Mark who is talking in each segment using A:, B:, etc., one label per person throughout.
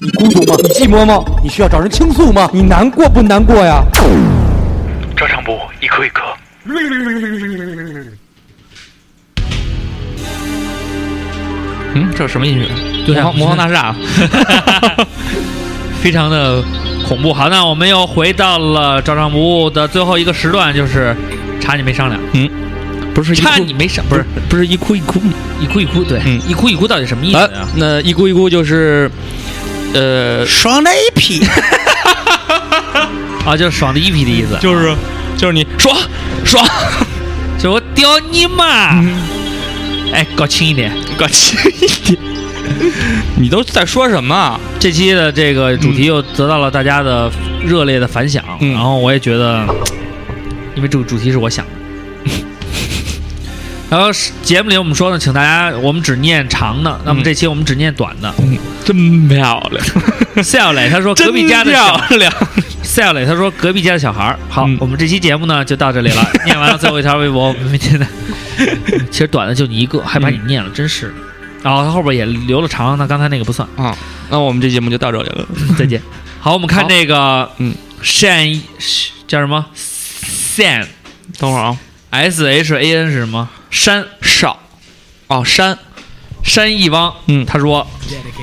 A: 你孤独吗？你寂寞吗？你需要找人倾诉吗？你难过不难过呀？
B: 照常不误，一颗一颗。嗯，这是什么音乐？
C: 对啊
B: 魔方魔方大厦，
C: 非常的恐怖。好，那我们又回到了照常不误的最后一个时段，就是查你没商量，
D: 嗯不是一
C: 查
D: 哭
C: 你没商，不是
D: 不是一哭一哭吗
C: 一哭一哭，对，
D: 嗯
C: 一哭一哭到底什么意思
D: 啊
C: 啊？，
D: 那一咕一咕就是，呃，
E: 爽了一批，
C: 啊，就是爽的一批的意思，
D: 就是就是你爽爽， 嗯
C: 就是我屌你妈！哎，搞轻一点。
D: 搞轻一 点，你都在说什么啊？
C: 这期的这个主题又得到了大家的热烈的反响，
D: 嗯
C: 然后我也觉得，因为这个主题是我想的。 然后是节目里我们说呢，请大家我们只念长的，那么
D: 嗯
C: 这期我们只念短的。
D: 真漂亮，
C: 笑磊他说隔壁家的小
D: 嗯真漂亮，
C: 笑磊他说隔壁家的小孩儿。好，
D: 嗯
C: 我们这期节目呢就到这里 了，念完了最后一条微博，我们明天的。其实短的就你一个，还把你念了，真是的。然后他后边也留了长，那刚才那个不算。
D: 那我们这节目就到这里了。
C: 再见。 好，我们看这个，
D: 嗯
C: ，Shan 是叫什么？San
D: 等会儿啊，
C: S H A N 是什么？山
D: 少哦山，
C: 山一汪，
D: 嗯
C: 他说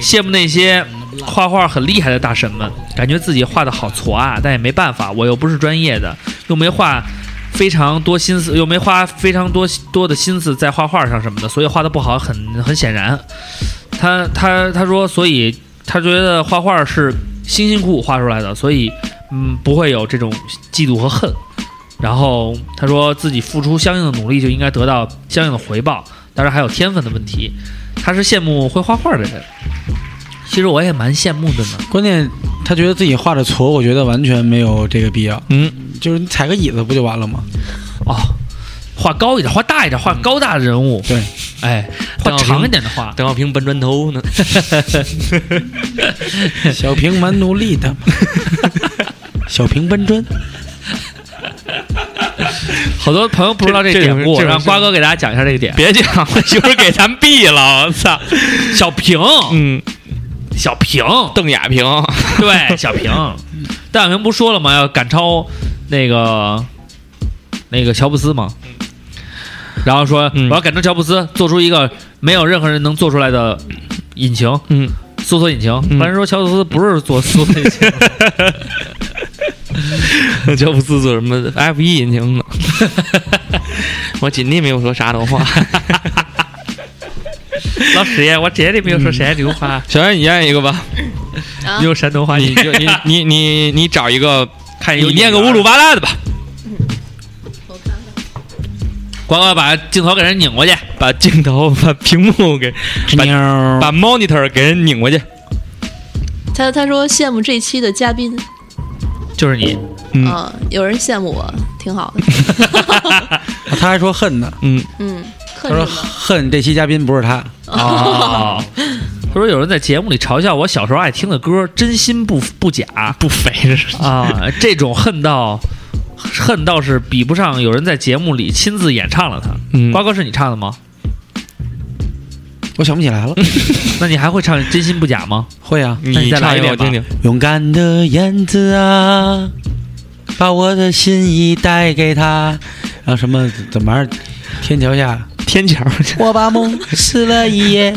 C: 羡慕那些画画很厉害的大神们，感觉自己画的好挫啊，但也没办法，我又不是专业的，又没画。非常多心思，又没花非常多多的心思在画画上什么的，所以画的不好很很显然。他他他说，所以他觉得画画是辛辛苦苦画出来的，所以嗯不会有这种嫉妒和恨。然后他说自己付出相应的努力就应该得到相应的回报，当然还有天分的问题。他是羡慕会画画的人，其实我也蛮羡慕的呢。
E: 关键他觉得自己画的矬，我觉得完全没有这个必要。
D: 嗯，
E: 就是你踩个椅子不就完了吗？
C: 哦，画高一点，画大一点，画高大的人物，
E: 对，
C: 哎，画长一点的画。
D: 邓小平搬砖头呢，
E: 小平蛮努力的，小平搬砖，
C: 好多朋友不知道这
D: 这这
C: 典故，
D: 这
C: 让瓜哥给大家讲一下这个点。
D: 别讲了，一会儿给咱毙了，我操！
C: 小平，
D: 嗯，
C: 小平，嗯
D: 邓亚萍，
C: 对，小平，邓小平不说了吗？要赶超那个那个乔布斯嘛。然后说、
D: 嗯
C: 我要赶超乔布斯，做出一个没有任何人能做出来的引擎，
D: 嗯，
C: 搜索引擎。
D: 嗯
C: 不然说乔布斯不是做搜索引擎，
D: 乔布斯做什么 F 一引擎呢？ 我锦鲤没有说啥的 话。
C: 老史爷，我绝对没有说谁牛 花，
D: 小燕，你念一个 吧，
F: 啊
C: 啊你，有山东话，
D: 你就你你你你找一个，
C: 看
D: 你念个乌啊鲁
C: 巴，
D: 巴拉的吧，
F: 我看看，
C: 呱呱把镜头给人拧过去，
D: 把镜头、把屏幕给、把
E: 妞儿
D: 把 monitor 给人拧过去。
F: 他他说羡慕这期的嘉宾，
C: 就是你，
D: 嗯
F: 啊，有人羡慕我，挺好的，
E: 他还说恨呢，
D: 嗯，
F: 嗯，
E: 他
F: 恨
E: 说
F: 什么？
E: 恨这期嘉宾不是他，
C: 哦，他说有人在节目里嘲笑我小时候爱听的歌，真心不不假
D: 不肥是
C: 啊，这种恨到恨到是比不上有人在节目里亲自演唱了它。
D: 嗯
C: 瓜哥是你唱的吗？
E: 我想不起来了。
C: 那你还会唱《真心不假》吗？
E: 会啊，
C: 那你
D: 你
C: 再
D: 唱
C: 来一
D: 一个
C: 遍
D: 我听听。
E: 勇敢的燕子啊，把我的心意带给他。然后什么怎么玩儿？天桥下，
D: 天桥
E: 我把梦撕了一夜，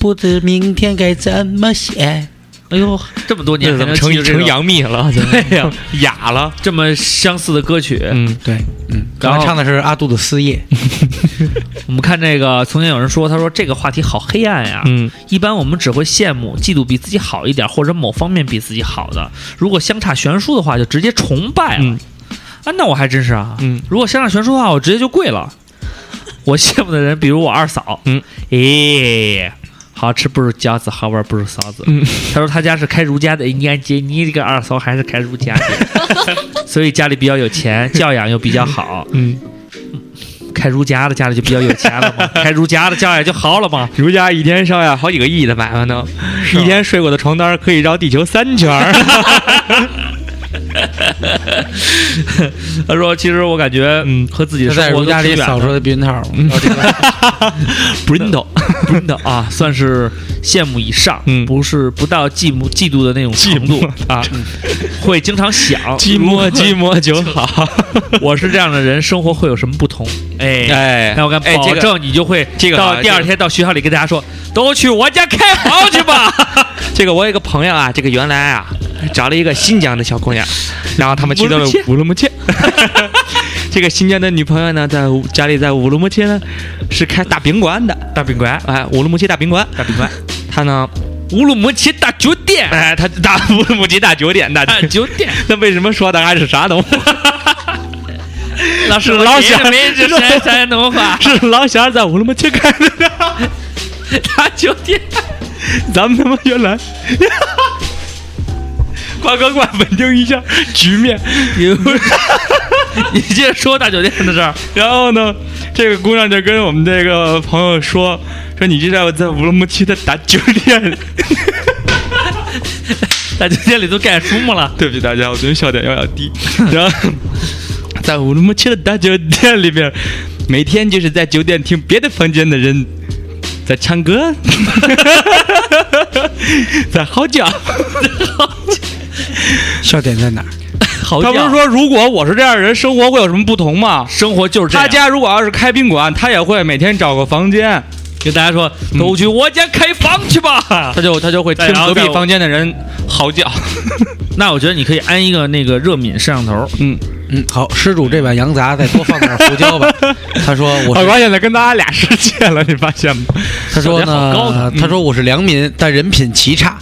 E: 不知明天该怎么写。
C: 哎呦，这么多年
D: 这
C: 还
D: 怎么
C: 能
D: 成
C: 记住这
D: 成
C: 种
D: 杨幂 了？
C: 对呀、
D: 哑了。
C: 这么相似的歌曲，
D: 嗯，
E: 对，嗯，
C: 然
E: 刚
C: 后
E: 才唱的是阿杜的《思夜》，
C: 我们看这个，从前有人说，他说这个话题好黑暗呀。
D: 嗯，
C: 一般我们只会羡慕、嫉妒比自己好一点或者某方面比自己好的，如果相差悬殊的话，就直接崇拜了。
D: 嗯
C: 啊，那我还真是啊。
D: 嗯，
C: 如果相差悬殊的话，我直接就跪了。我羡慕的人，比如我二嫂。
D: 嗯，
C: 咦，好吃不如饺子，好玩不如臊子。
D: 嗯，
C: 他说他家是开儒家的，你看姐，你这个二嫂还是开儒家的， 所以家里比较有钱，教养又比较 好。
D: 嗯，
C: 开儒家的家里就比较有钱了 嘛，开儒家的教养就好了啊嘛。
D: 儒家一天上下好几个亿 的买卖呢，一天睡过的床单可以绕地球三圈儿。
C: 他说：“其实我感觉，嗯，和自己的
E: 他在
C: 生活
E: 儒
C: 都
E: 家
C: 挺
E: 里
C: 远
E: 扫
C: 的
E: 出的避孕套，
D: Brindo，
C: 真的啊，算是羡慕以上，
D: 嗯
C: 不是不到嫉妒嫉妒的那种程度啊， 会经常想，
D: 寂寞寂寞就好。
C: 我是这样的人，生活会有什么不同？哎，
D: 哎，
C: 那我敢
D: 哎
C: 保
D: 这个
C: 证，你就会
D: 这个啊
C: 到第二
D: 这个
C: 天到学校里跟大家说，都去我家开房去吧。
D: 这个我有一个朋友啊，这个原来啊找了一个新疆的小 姑娘，然后他们去到了乌鲁木齐。 这个新疆的女朋友呢，在乌家里在乌鲁木齐呢是开大宾馆的，
C: 大宾馆，
D: 哎，乌鲁木齐大宾馆，
C: 大宾馆，
D: 她呢，
C: 乌鲁木齐大酒店，
D: 哎，她大 乌鲁木齐大酒店，大
C: 大哎酒店，
D: 那为什么说的还是山 东？
C: 老师
D: 老
C: 我觉
D: 乡，
C: 得没这山山东话
D: 是老乡在乌鲁木齐开的，
C: 大酒店。”
D: 咱们他妈原来。快快快，稳定一下局面。
C: 你接着说大酒店的事儿，
D: 然后呢，这个姑娘就跟我们这个朋友说：“说你这在在乌鲁木齐的大酒店。
C: 大酒店里都盖书木了”，
D: 对不起大家，我昨天笑点有点低。 然后在乌鲁木齐的大酒店里面，每天就是在酒店听别的房间的人在唱歌， 在嚎叫。
E: 笑点在哪儿？
C: 好
D: 他
C: 家
D: 不是
C: 伙，
D: 说如果我是这样的人，生活会有什么不同吗？
C: 生活就是这
D: 他
C: 样。
D: 家如果要是开宾馆，他也会每天找个房间，
C: 跟大家说，
D: 嗯
C: 都去我家开房去吧。
D: 他就他就会听
C: 哎然后
D: 隔壁
C: 在我
D: 房间的人嚎叫。
C: 那我觉得你可以安一个那个热敏摄像头，
D: 嗯，
E: 嗯，好，施主这碗羊杂再多放点胡椒 吧。他说 我
D: 老
E: 是，
D: 关现在跟大家俩世界了，你发现吗？
E: 他说
C: 小姐好高
E: 呢，嗯他说我是良民，但人品极差，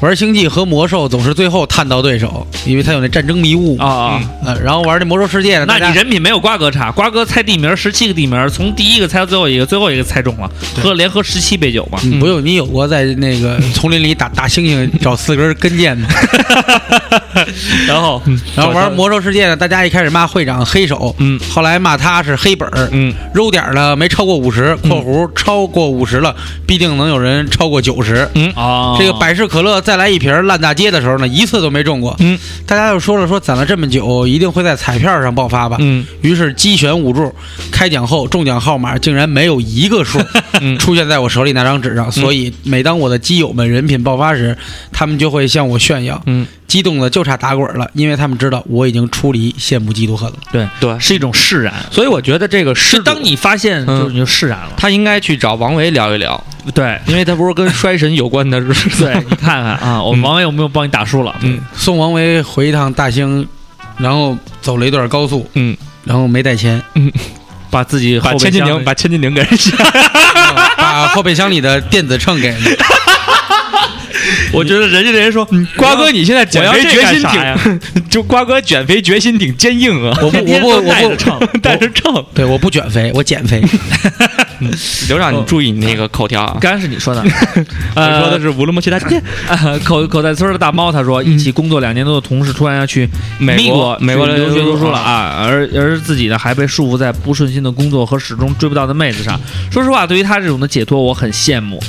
E: 玩星际和魔兽总是最后探到对手，因为他有那战争迷雾
C: 啊、
E: 啊。然后玩那魔兽世界呢，
C: 那
E: 大家
C: 你人品没有瓜哥差，瓜哥猜地名十七个地名，从第一个猜到最后一个，最后一个猜中了，喝连喝十七杯酒嘛。
E: 你
D: 嗯
E: 不有你有过在 那个丛林里打打猩猩找四根根箭吗？
D: 嗯
C: 然后
E: 然后玩魔兽世界呢，大家一开始骂会长黑手，
D: 嗯，
E: 后来骂他是黑本儿，
D: 嗯，
E: 揉点儿呢没超过五十，括弧超过五十了，必定能有人超过九十。
D: 嗯
C: 啊，
E: 这个
D: 哦
E: 百事可乐再来一瓶烂大街的时候呢，一次都没中过。
D: 嗯，
E: 大家又说了，说攒了这么久，一定会在彩票上爆发吧？
D: 嗯，
E: 于是机选五注，开奖后中奖号码竟然没有一个数出现在我手里那张纸上，所以每当我的基友们人品爆发时，他们就会向我炫耀，
D: 嗯，
E: 激动的就差打滚了，因为他们知道我已经出离羡慕嫉妒恨了。
C: 对
D: 对
C: 是一种释然。
D: 所以我觉得这个是
C: 就当你发现，
D: 嗯
C: 就是你就释然了。
D: 他应该去找王维聊一聊，
C: 对
D: 因为他不是跟衰神有关的日子。
C: 对，你看看啊，我们王伟有没有帮你打输了？
D: 嗯
E: 送王维回一趟大兴，然后走了一段高速，
D: 嗯，
E: 然后没带钱，
C: 把自 己
D: 把
C: 后备
D: 千斤
C: 箱
D: 顶把千斤顶给人下，
E: 把后备箱里的电子秤给了。
C: 我觉得人家这人说，
D: 瓜哥，嗯你现在
C: 我
D: 减
C: 要
D: 肥
C: 这
D: 决
C: 干
D: 心
C: 啥呀？
D: 挺，就瓜哥减肥决心挺坚硬啊。
E: 我不我不我
C: 带着
E: 不
C: 秤，
D: 带着 秤，
E: 对，我不卷肥，我减肥。
D: 刘让你注意你那个口条啊。
C: 刚才是你 说的，
D: 我
C: 呃，
D: 哦说的是乌嗯鲁木齐大酒店，
C: 啊口口袋村的大猫，他说一起工作两年多的同事突然要去
D: 美
C: 美
D: 国美国
C: 去留学读书了
D: 啊。
C: 啊，而而自己呢还被束缚在不顺心的工作和始终追不到的妹子上。说实话，对于他这种的解脱，我很羡慕。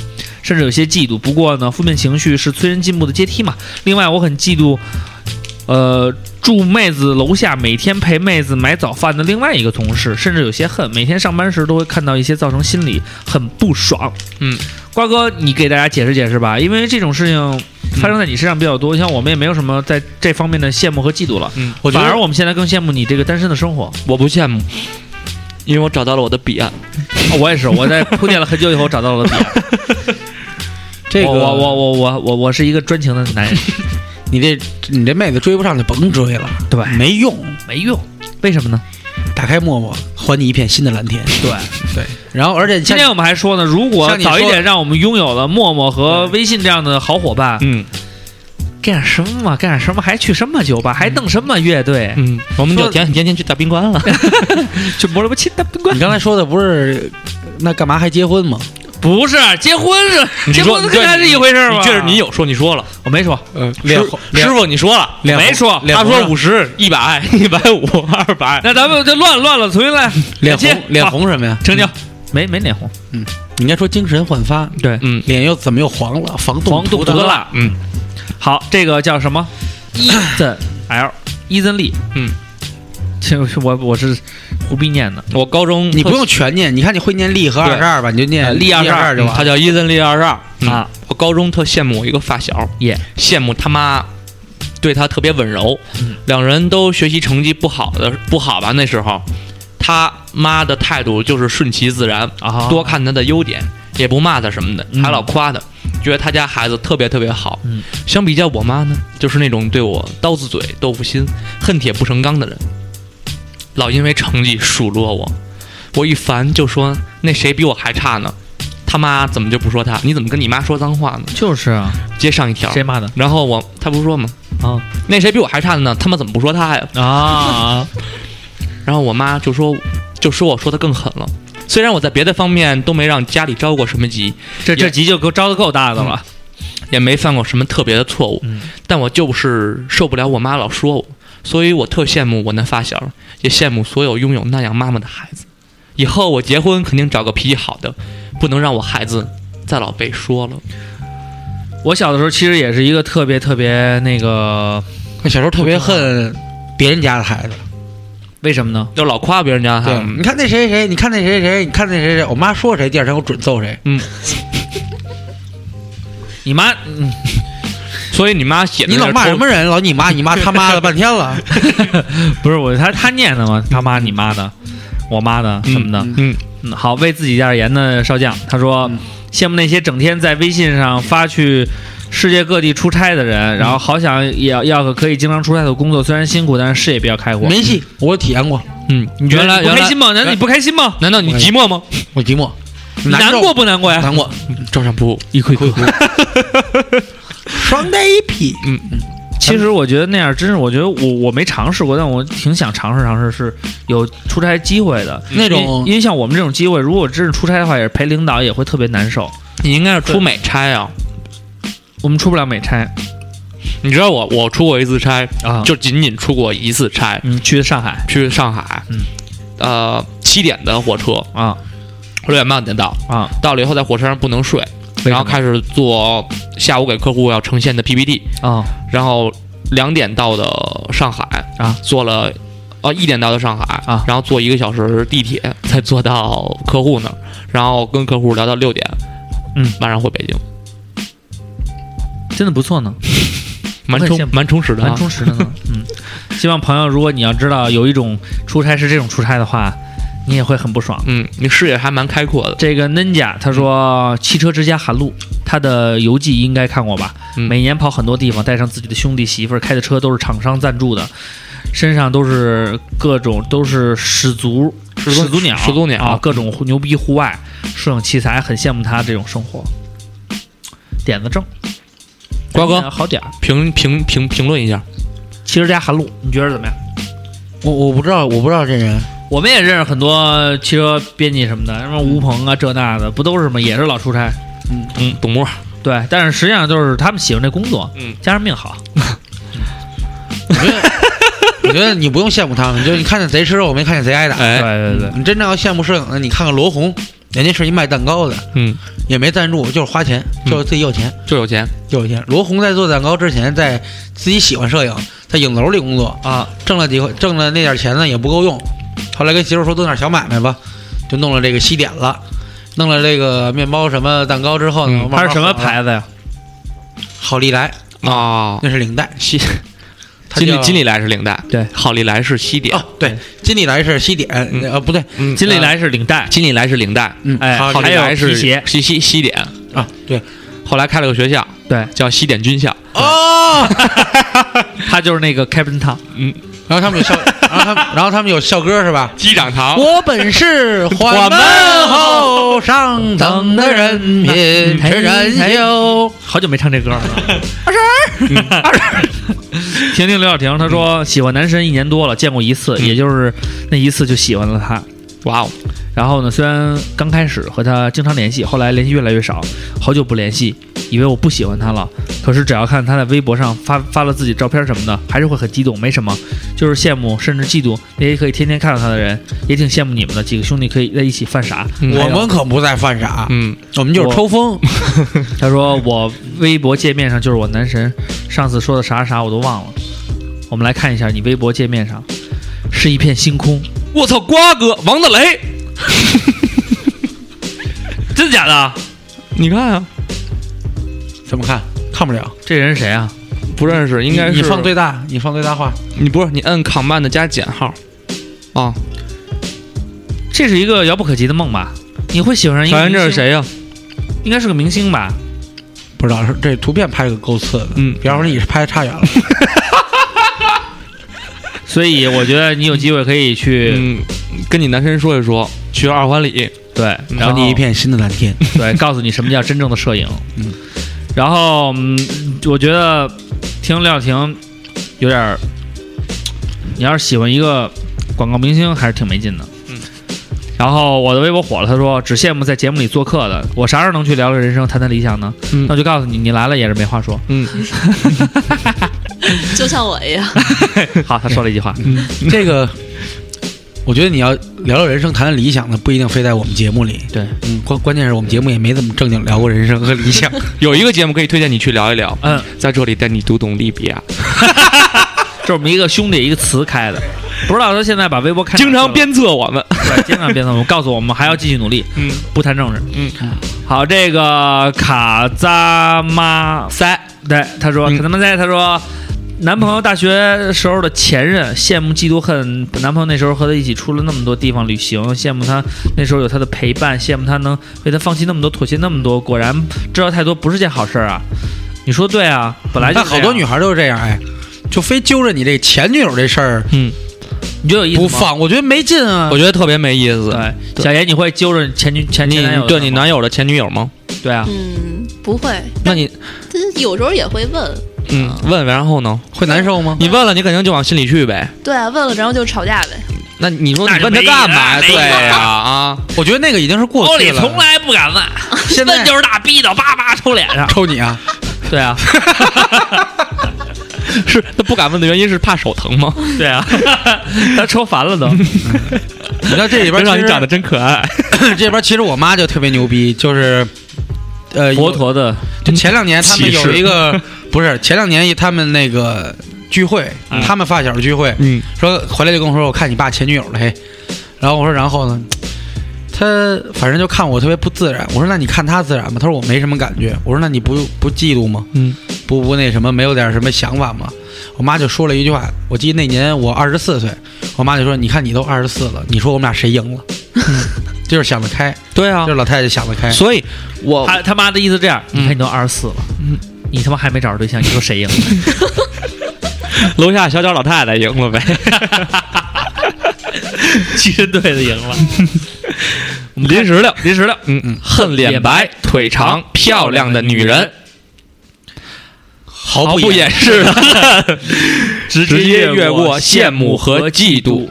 C: 甚至有些嫉妒，不过呢，负面情绪是催人进步的阶梯嘛。另外，我很嫉妒，呃，住妹子楼下每天陪妹子买早饭的另外一个同事，甚至有些恨，每天上班时都会看到一些造成心里很不爽。
D: 嗯，
C: 瓜哥，你给大家解释解释吧，因为这种事情发生在你身上比较多，像我们也没有什么在这方面的羡慕和嫉妒了。
D: 嗯，
E: 我觉
C: 反
E: 得
C: 而我们现在更羡慕你这个单身的生活。
D: 我不羡慕，因为我找到了我的彼岸。
C: 哦我也是，我在铺垫了很久以后找到了彼 岸。
E: 这个
C: 我我我我我我我是一个专情的男人，
E: 你这你这妹子追不上就甭追了，
C: 对，
E: 没用。
C: 没用，为什么呢？
E: 打开陌陌，还你一片新的蓝天。
C: 对，
E: 对，然后而且
C: 今
E: 像
C: 天我们还说呢，如果
E: 像你说
C: 早一点让我们拥有了陌陌和微信这样的好伙伴，
D: 嗯
C: 干什么嘛？干什么？还去什么酒吧？还弄什么乐队？
D: 嗯，我们就
C: 说
D: 天天天去大宾馆了。
C: 去摩洛不亲的宾馆
E: 你？刚才说的不是，那干嘛还结婚吗？
C: 不是，结婚是
D: 你
C: 结
D: 说
C: 婚
D: 你
C: 跟他
D: 对
C: 是一回事儿
D: 你
C: 吗？
D: 这是你有说你说了，
C: 我没说，
E: 嗯，
D: 师
E: 脸红
D: 师
E: 脸
D: 傅你说了，
E: 脸红
D: 没说，
E: 脸
D: 他
E: 红
D: 说
E: 了
D: 五十、 一百、一百五、二百，
C: 啊那咱们就乱乱了，重新来，
E: 脸
C: 接
E: 红脸，红什么呀
C: 好？成交，没没脸红，
E: 你应该说精神焕发，
C: 对，
D: 嗯，
E: 脸又怎么又黄了？防冻
C: 黄
E: 涂
C: 杜
E: 的
C: 德，蜡，
D: 嗯，
C: 好，这个叫什么？Ethan L，伊森利，
D: 嗯，
C: 这我我是胡逼念的，
D: 我高中
E: 你不用全念，你看你会念利和二十二吧，你就念
C: 利
E: 二
C: 22
E: 就完
D: 他
E: 了。
D: 叫伊森利二十二
C: 啊。
D: 嗯我高中特羡慕我一个发小，
C: 耶，
D: 羡慕他妈对他特别温柔。
C: 嗯
D: 两人都学习成绩不好的不好吧？那时候他妈的态度就是顺其自然，
C: 啊
D: 多看他的优点，也不骂他什么的，
C: 嗯
D: 还老夸他，觉得他家孩子特别特别好。
C: 嗯
D: 相比较我妈呢，就是那种对我刀子嘴豆腐心、恨铁不成钢的人，老因为成绩数落我。我一烦就说那谁比我还差呢？他妈怎么就不说他？你怎么跟你妈说脏话呢？
C: 就是啊，
D: 接上一条，
C: 谁骂的
D: 然后我他不是说吗？
C: 啊
D: 那谁比我还差的呢？他妈怎么不说他呀？
C: 啊？
D: 然后我妈就说，就说我说的更狠了。虽然我在别的方面都没让家里着过什么急，
C: 这这
D: 也
C: 集就够招的够大的了，
D: 也没犯过什么特别的错误，
C: 嗯
D: 但我就是受不了我妈老说我，所以我特羡慕我那发小，也羡慕所有拥有那样妈妈的孩子。以后我结婚肯定找个脾气好的，不能让我孩子再老被说了。嗯
C: 我小的时候其实也是一个特别特别那个，
E: 那小时候特别恨别人家的孩子，
C: 为什么呢？
D: 就老夸别人家
E: 对
D: 哈，，嗯
E: 你看那谁谁谁，你看那谁谁谁，你看那谁谁谁，我妈说谁，第二天我准揍谁。
C: 你 妈，嗯
D: 所以你妈写的
E: 你
D: 那
E: 老骂
D: 抽
E: 什么人？老你妈，你妈他 妈的半天了。
C: 不是我，她她念的吗？他妈你妈的，我妈的什么的，
D: 嗯，
C: 嗯，好，为自己代言的少将，他说、羡慕那些整天在微信上发去世界各地出差的人，然后好想也要要个可以经常出差的工作，虽然辛苦，但是视野比较开阔。
E: 没戏，我体验过，
D: 嗯，
C: 你觉得
D: 原来
C: 你不
D: 原
C: 开
D: 来哎
C: 心吗？难道你不开心吗？
D: 难道你寂寞吗？
E: 我寂寞，
C: 你难
E: 受
C: 过不难过呀？
E: 难过，
D: 照上铺一哭一哭。
E: 双 DP
C: 其实我觉得那样真是，我觉得我我没尝试过，但我挺想尝试尝试，是有出差机会的。
E: 那
C: 因
E: 种
C: 因为像我们这种机会，如果真是出差的话，也是陪领导也会特别难受。
D: 你应该是出美差啊！
C: 我们出不了美差
D: 你知道我我出过一次差，
C: 啊，
D: 就仅仅出过一次差，
C: 嗯去上海
D: 去上海，
C: 嗯
D: 呃，七点的火车，
C: 啊
D: 六点半才到，
C: 啊，
D: 到了以后在火车上不能睡，
C: 为
D: 然后
C: 什么
D: 开始做下午给客户要呈现的 PPT，
C: 啊
D: 然后两点到的上海
C: 啊，
D: 做了。哦，一点到的上海
C: 啊
D: 然后坐一个小时地铁， 才坐到客户那儿，然后跟客户聊到六点，
C: 嗯，
D: 晚上回北京，
C: 真的不错呢。
D: 蛮
C: 我很羡
D: 充
C: 慕
D: 蛮充实的、啊，
C: 蛮充实的 呢。嗯，希望朋友，如果你要知道有一种出差是这种出差的话，你也会很不爽。
D: 嗯，你视野还蛮开阔的，
C: 这个 Ninja 他
D: 嗯
C: 说，《汽车之家》韩露，他的游记应该看过吧？
D: 嗯
C: 每年跑很多地方，带上自己的兄弟媳妇儿，开的车都是厂商赞助的，身上都是各种都是始足
D: 始祖
C: 足鸟
D: 始祖鸟
C: 啊，各种牛逼户外摄影器材，很羡慕他这种生活。点子正，
D: 瓜哥
C: 好点儿。
D: 评评评评论一下，
C: 汽车之家韩露，你觉得怎么样？
E: 我我不知道，我不知道这人。
C: 我们也认识很多汽车编辑什么的，什么吴鹏啊，这那的，不都是吗？也是老出差，
D: 嗯，董默，
C: 对。但是实际上就是他们喜欢这工作，
D: 嗯，
C: 加上命好，
E: 我觉得，我觉得你不用羡慕他们，就是你看见贼吃肉，没看见贼挨打。
D: 哎，
C: 对对对，
E: 你真正要羡慕摄影的，你看看罗红，人家是一卖蛋糕的，
D: 嗯，
E: 也没赞助，就是花钱，就是自己有钱，
D: 就有钱，
E: 就有钱。罗红在做蛋糕之前，在自己喜欢摄影，在影楼里工作
C: 啊，
E: 挣了几回，挣了那点钱呢也不够用，后来跟媳妇说做点小买卖吧，就弄了这个西点了。弄了这个面包什么蛋糕之后呢，
D: 嗯
E: 慢慢
C: 他是什么
E: 火了？
C: 牌子呀？
E: 好利来，
D: 啊，
E: 那是领带。
D: 西
E: 它
D: 金利
E: 叫
D: 金利来是领带，
C: 对
D: 好利来是西点
E: 哦，，对，金利来是西点，呃，不对，
D: 嗯，
C: 金利来是领带，
D: 金利来是领带，
E: 嗯，
C: 哎
E: 好
D: 好利
C: 还有
D: 来是
C: 皮鞋
D: 西西西点，
E: 啊，对，
D: 后来开了个学校
C: 对，
D: 叫西点军校，
E: 哦，
D: 嗯
C: 他就是那个 Captain Tom，
E: 然后他们有校，然后他们，然后他们有校歌是吧？
D: 机长堂，
E: 我本 是缓慢后上等的人民之人哟。
C: 好久没唱这歌了。 婷婷刘晓婷，她说喜欢男神一年多了，见过一次，
D: 嗯
C: 也就是那一次就喜欢了他。
D: 哇哦，
C: 然后呢，虽然刚开始和他经常联系，后来联系越来越少，好久不联系，以为我不喜欢他了。可是只要看他在微博上发发了自己照片什么的，还是会很激动。没什么，就是羡慕甚至嫉妒那些可以天天看到他的人，也挺羡慕你们的几个兄弟可以在一起犯傻。
D: 嗯
E: 我们可不在犯傻，
D: 嗯，
E: 哎我们就是抽风。
C: 他说我微博界面上就是我男神，上次说的啥啥我都忘了。我们来看一下你微博界面上是一片星空，
D: 我操，瓜哥，王大雷，
C: 真的假的？
D: 你看啊，
E: 怎么看？看不了，
C: 这人是谁啊？
D: 不认识，应该是
E: 你你放最大，你放最大化，
D: 你不是你摁 command 加减号啊？
C: 这是一个遥不可及的梦吧？你会喜欢上一
D: 小
C: 个
D: 燕
C: 明
D: 这是
C: 星？
D: 谁呀、
C: 应该是个明星吧？
E: 不知道是这图片拍的够次的，
D: 嗯
E: 比方说你是拍的差远了，
C: 所以我觉得你有机会可以去、
D: 嗯，跟你男神说一说，去二环里，
C: 对，然
E: 还
C: 后
E: 你一片新的蓝天。
C: 对，告诉你什么叫真正的摄影。
E: 嗯，
C: 然后嗯，我觉得听廖婷有点儿，你要是喜欢一个广告明星，还是挺没劲的。
D: 嗯。
C: 然后我的微博火了，他说只羡慕在节目里做客的，我啥时候能去聊聊人生，谈谈理想呢？
D: 嗯
C: 那我就告诉你，你来了也是没话 说。
D: 嗯，
F: 就像我一样，
C: 好，他说了一句话，
E: 这个，我觉得你要聊聊人生、谈谈理想呢，不一定非在我们节目里。
C: 对，
E: 嗯，关关键是我们节目也没怎么正经聊过人生和理想。
D: 有一个节目可以推荐你去聊一聊，
C: 嗯，
D: 在这里带你读懂啊利比亚，
C: 这是我们一个兄弟一个词开的，不知道他现在把微博开哪儿
D: 经
C: 去了
D: 常鞭策我们。
C: 对，经常鞭策我们，告诉我们还要继续努力，
D: 嗯，
C: 不谈政治，
D: 嗯，
C: 好，这个卡扎妈塞，对，他说、
D: 嗯
C: 卡扎妈塞，他说。男朋友大学时候的前任，羡慕嫉妒恨。男朋友那时候和他一起出了那么多地方旅行，羡慕他那时候有他的陪伴，羡慕他能为他放弃那么多，妥协那么多。果然知道太多不是件好事儿啊！你说对啊，本来就
E: 但好多女
C: 孩
E: 孩都是这样，哎，就非揪着你这前女友这事儿
C: 你觉得有意思
E: 不
C: 吗？
E: 放，我觉得没劲啊
D: 我。觉得特别没意思。
C: 对，小严你会揪着前女前
D: 你
C: 前男友的
D: 对你
C: 吗
D: 男友的前女友吗？
C: 对啊，
F: 嗯，不会，
D: 那你
F: 但是有时候也会问，
D: 嗯，问问然后呢？
E: 会难受吗？
D: 你问了，你肯定就往心里去呗。
F: 对啊，问了然后就吵架呗。
D: 那你说
C: 那
D: 你
C: 就
D: 问他
C: 没
D: 干
C: 意义
D: 嘛呀？
C: 了没
D: 对
C: 意义了
D: 呀 啊，
E: 我觉得那个已经是过
C: 欧
E: 去
C: 里
E: 了。
C: 从来不敢问，
E: 现在
C: 问就是大逼斗，叭叭抽脸 上。
E: 抽你啊！
C: 对啊，
D: 是他不敢问的原因是怕手疼 吗？
C: 对 啊，他抽烦了都。
E: 你知道这里 边
D: 真让
E: 其
D: 你
E: 实
D: 长得真可爱。
E: 这边其实我妈就特别牛逼，就是呃，
C: 佛陀的，
D: 嗯
E: 就前两年他们
D: 歧
E: 有
D: 视
E: 一个不是前两年他们那个聚会，
C: 嗯
E: 他们发小的聚会，
D: 嗯，
E: 说回来就跟我说我看你爸前女友了嘿，然后我说然后呢，他反正就看我特别不自然，我说那你看他自然吗？他说我没什么感觉，我说那你不不嫉妒吗？
D: 嗯，
E: 不不那什么没有点什么想法吗？我妈就说了一句话，我记得那年我二十四岁，我妈就说你看你都二十四了，你说我们俩谁赢了？ 就是想得开，
D: 对嗯啊
E: 就，是老太太想得开。
D: 所以我
C: 他他妈的意思这样，
D: 嗯
C: 你看你都二十四了，你他妈还没找着对象，你说谁赢？
D: 楼下小脚老太太赢了呗。
C: 巨人队的赢了。
D: 临时的，临时的，嗯嗯，恨脸白、腿长、漂亮的女人，
E: 毫
D: 毫不掩饰的直接越过羡慕和嫉妒。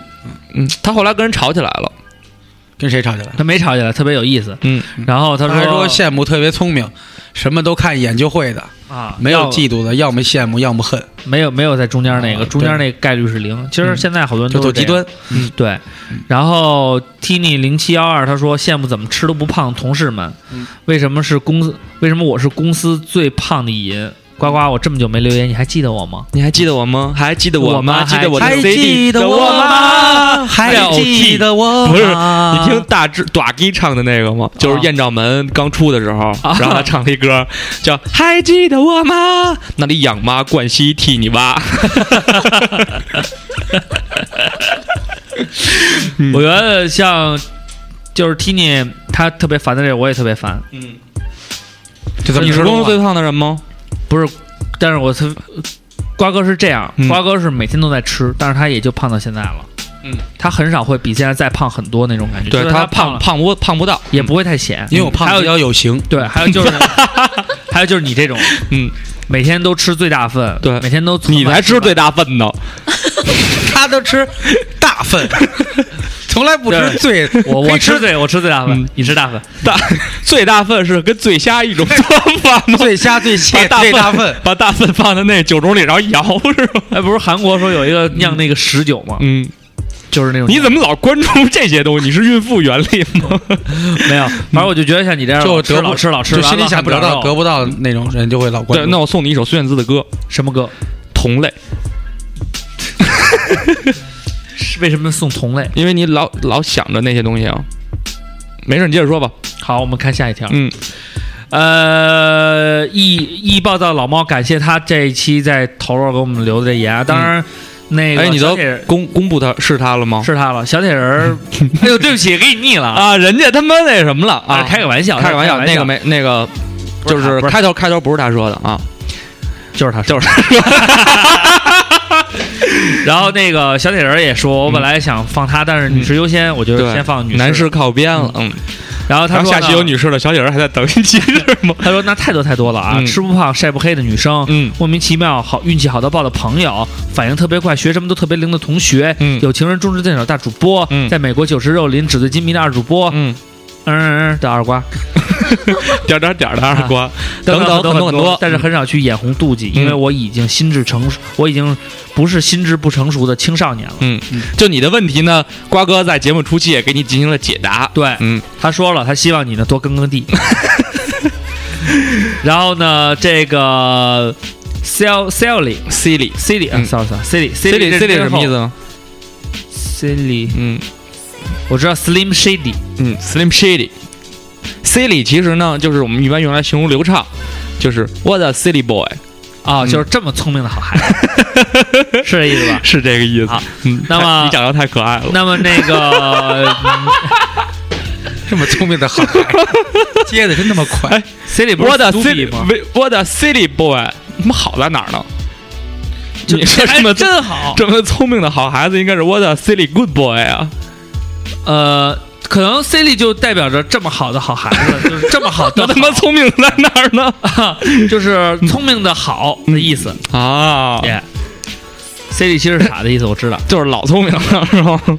D: 嗯，他后来跟人吵起来了。
E: 跟谁吵起来？
C: 他没吵起来，特别有意思。
D: 嗯，
C: 然后他
E: 还说
C: 说
E: 羡慕特别聪明，什么都看一眼就会的，
C: 啊，
E: 没有
C: 要
E: 嫉妒的，要么羡慕，要么恨，
C: 没有没有在中间那个，
E: 啊
C: 中间那概率是零。其实现在好多人
E: 就
C: 都
E: 走
C: 是这
E: 极
C: 样
E: 端。
C: 对，然后 Tini 零七幺二他说羡慕怎么吃都不胖，同事们，为什么是公司？为什么我是公司最胖的人？呱呱，我这么久没留言，你还记得我吗？
D: 你还记得我吗？还记得我吗？
C: 我吗
D: 记得我的
E: 还
D: CD
E: 记得
D: 的我哎
E: 我吗？
D: 还
E: 啊还
D: 记
E: 记
D: 得
E: 得我
D: 不是
E: 吗？
D: 你听大志短鸡唱的那个吗？就是艳照门刚出的时候，然后他唱了一歌叫《还记得我吗》，那里养妈冠希替你挖。
C: 我觉得像就是 Tini 他特别烦的这个，我也特别烦。
D: 嗯，
E: 就这么
D: 你是
E: 说
D: 公
E: 吧
D: 司最胖的人吗？
C: 不是，但是我特瓜哥是这样
D: 嗯，
C: 瓜哥是每天都在吃，但是他也就胖到现在了。
D: 嗯，
C: 他很少会比现在再胖很多那种感觉。
D: 对
C: 就是
D: 他
C: 他胖
D: 胖不胖不到，
C: 也不会太显，
E: 因为我
C: 嗯还
E: 胖
C: 有
E: 比较有 型，
C: 对，还有就是，还有就是你这种，
D: 嗯，
C: 每天都吃最大份，
D: 对
C: 每天都
D: 你才吃最
C: 对，
D: 大份呢。
E: 他都吃 大份，从来不吃
C: 对
E: 最，
C: 我
E: 可
C: 我
E: 以
C: 吃
E: 吃
C: 最我吃最大份，
D: 嗯
C: 你吃大份，
D: 大最大份是跟醉虾一种做法吗？
E: 最虾最
D: 把
E: 蟹
D: 大
E: 最
D: 份
E: 大份，
D: 把大份放在那酒盅里，然后摇是吧？
C: 哎，不是韩国说有一个酿那个食酒嘛，
D: 嗯，
C: 就是那 种
D: 你怎么老关注这些东西？你是孕妇原理吗？
C: 没有，反哎正我就觉得像你这样
E: 就
C: 老吃
E: 得不
C: 老吃老吃，
E: 就心
C: 完
E: 里
C: 了还
E: 想
C: 不
E: 得
C: 长
E: 到
C: 肉
E: 得不到那种人就会老 关
D: 对，
E: 注。
D: 那我送你一首孙燕姿的歌《
C: 什么歌？
D: 同类》。
C: 是为什么送同类？
D: 因为你老老想着那些东西啊。没事，你接着说吧。
C: 好，我们看下一条。
D: 嗯，
C: 呃，易易暴躁老猫，感谢他这一期在头儿给我们留的这言啊。当然，那个
D: 哎，你
C: 小
D: 都
C: 铁人
D: 公公布他是他了吗？
C: 是他了，小铁人儿，哎呦，对不起，给你腻了啊。
D: 啊，人家他妈那什么了
C: 啊，
D: 啊？
C: 开个玩笑，
D: 开个玩笑，
C: 开
D: 那个没那个，
C: 不
D: 就是是
C: 他不是
D: 开头开头不是他说的啊，
C: 就是他，就是他。然后那个小铁人儿也说，我本来想放他，但是女士优先，我就
D: 对
C: 先放女士。
D: 男士靠边了，嗯。
C: 然后他
D: 然后
C: 说
D: 下
C: 呢
D: 期有，女士了，小姐人还在等一期是吗？
C: 他说那太多太多了啊，
D: 嗯
C: 吃不胖晒不黑的女生，
D: 嗯
C: 莫名其妙好运气好到爆的朋友，反应特别快，学什么都特别灵的同学，
D: 嗯
C: 有情人终身对手大主播，
D: 嗯
C: 在美国九十肉林纸醉金迷的二主播，嗯
D: 嗯，
C: 嗯嗯的二瓜，
D: 点儿点儿点儿的二瓜，等等
C: 等
D: 很多很多
C: 但是很少去眼红妒忌，
D: 嗯
C: 因为我已经心智成熟，我已经不是心智不成熟的青少年了。
D: 就你的问题呢，瓜哥在节目初期也给你进行了解答。
C: 对，
D: 嗯，
C: 他说了，他希望你呢多耕耕 地。然后呢，这个 sell selly
D: ，silly
C: silly 啊
D: 嗯
C: ，sorry sorry
D: silly
C: silly
D: silly 什么意思呢？
C: ？silly
D: 嗯
C: 我知道 slim shady
D: 嗯，slim shady。silly 其实呢，就是我们一般用来形容流畅，就是 what a silly boy，
C: 啊，
D: 嗯
C: 就是这么聪明的好孩子， 是这意思吧？
D: 是这个意思
C: 好。
D: 嗯，
C: 那么
D: 你长得太可爱了。
C: 那么那 个
E: 这么聪明的好 孩子，接的真他妈
C: 哎
E: 快。
C: silly 不是
D: what a
C: stupid
D: silly，
C: 吗？
D: 喂 what a silly boy，他妈好在哪儿呢？
C: 就
D: 你说这么
C: 还真好，
D: 这么聪明的好孩子，应该是 what a silly good boy 啊。
C: 呃，可能 Silly 就代表着这么好的好孩子，就是这么 好的
D: 我他妈聪明在哪儿呢？
C: 明，就是聪明的好的意思。
D: 啊，
C: 耶、c i l y 其实是傻的意思，我 知道。
D: 就是老聪明了，是吧？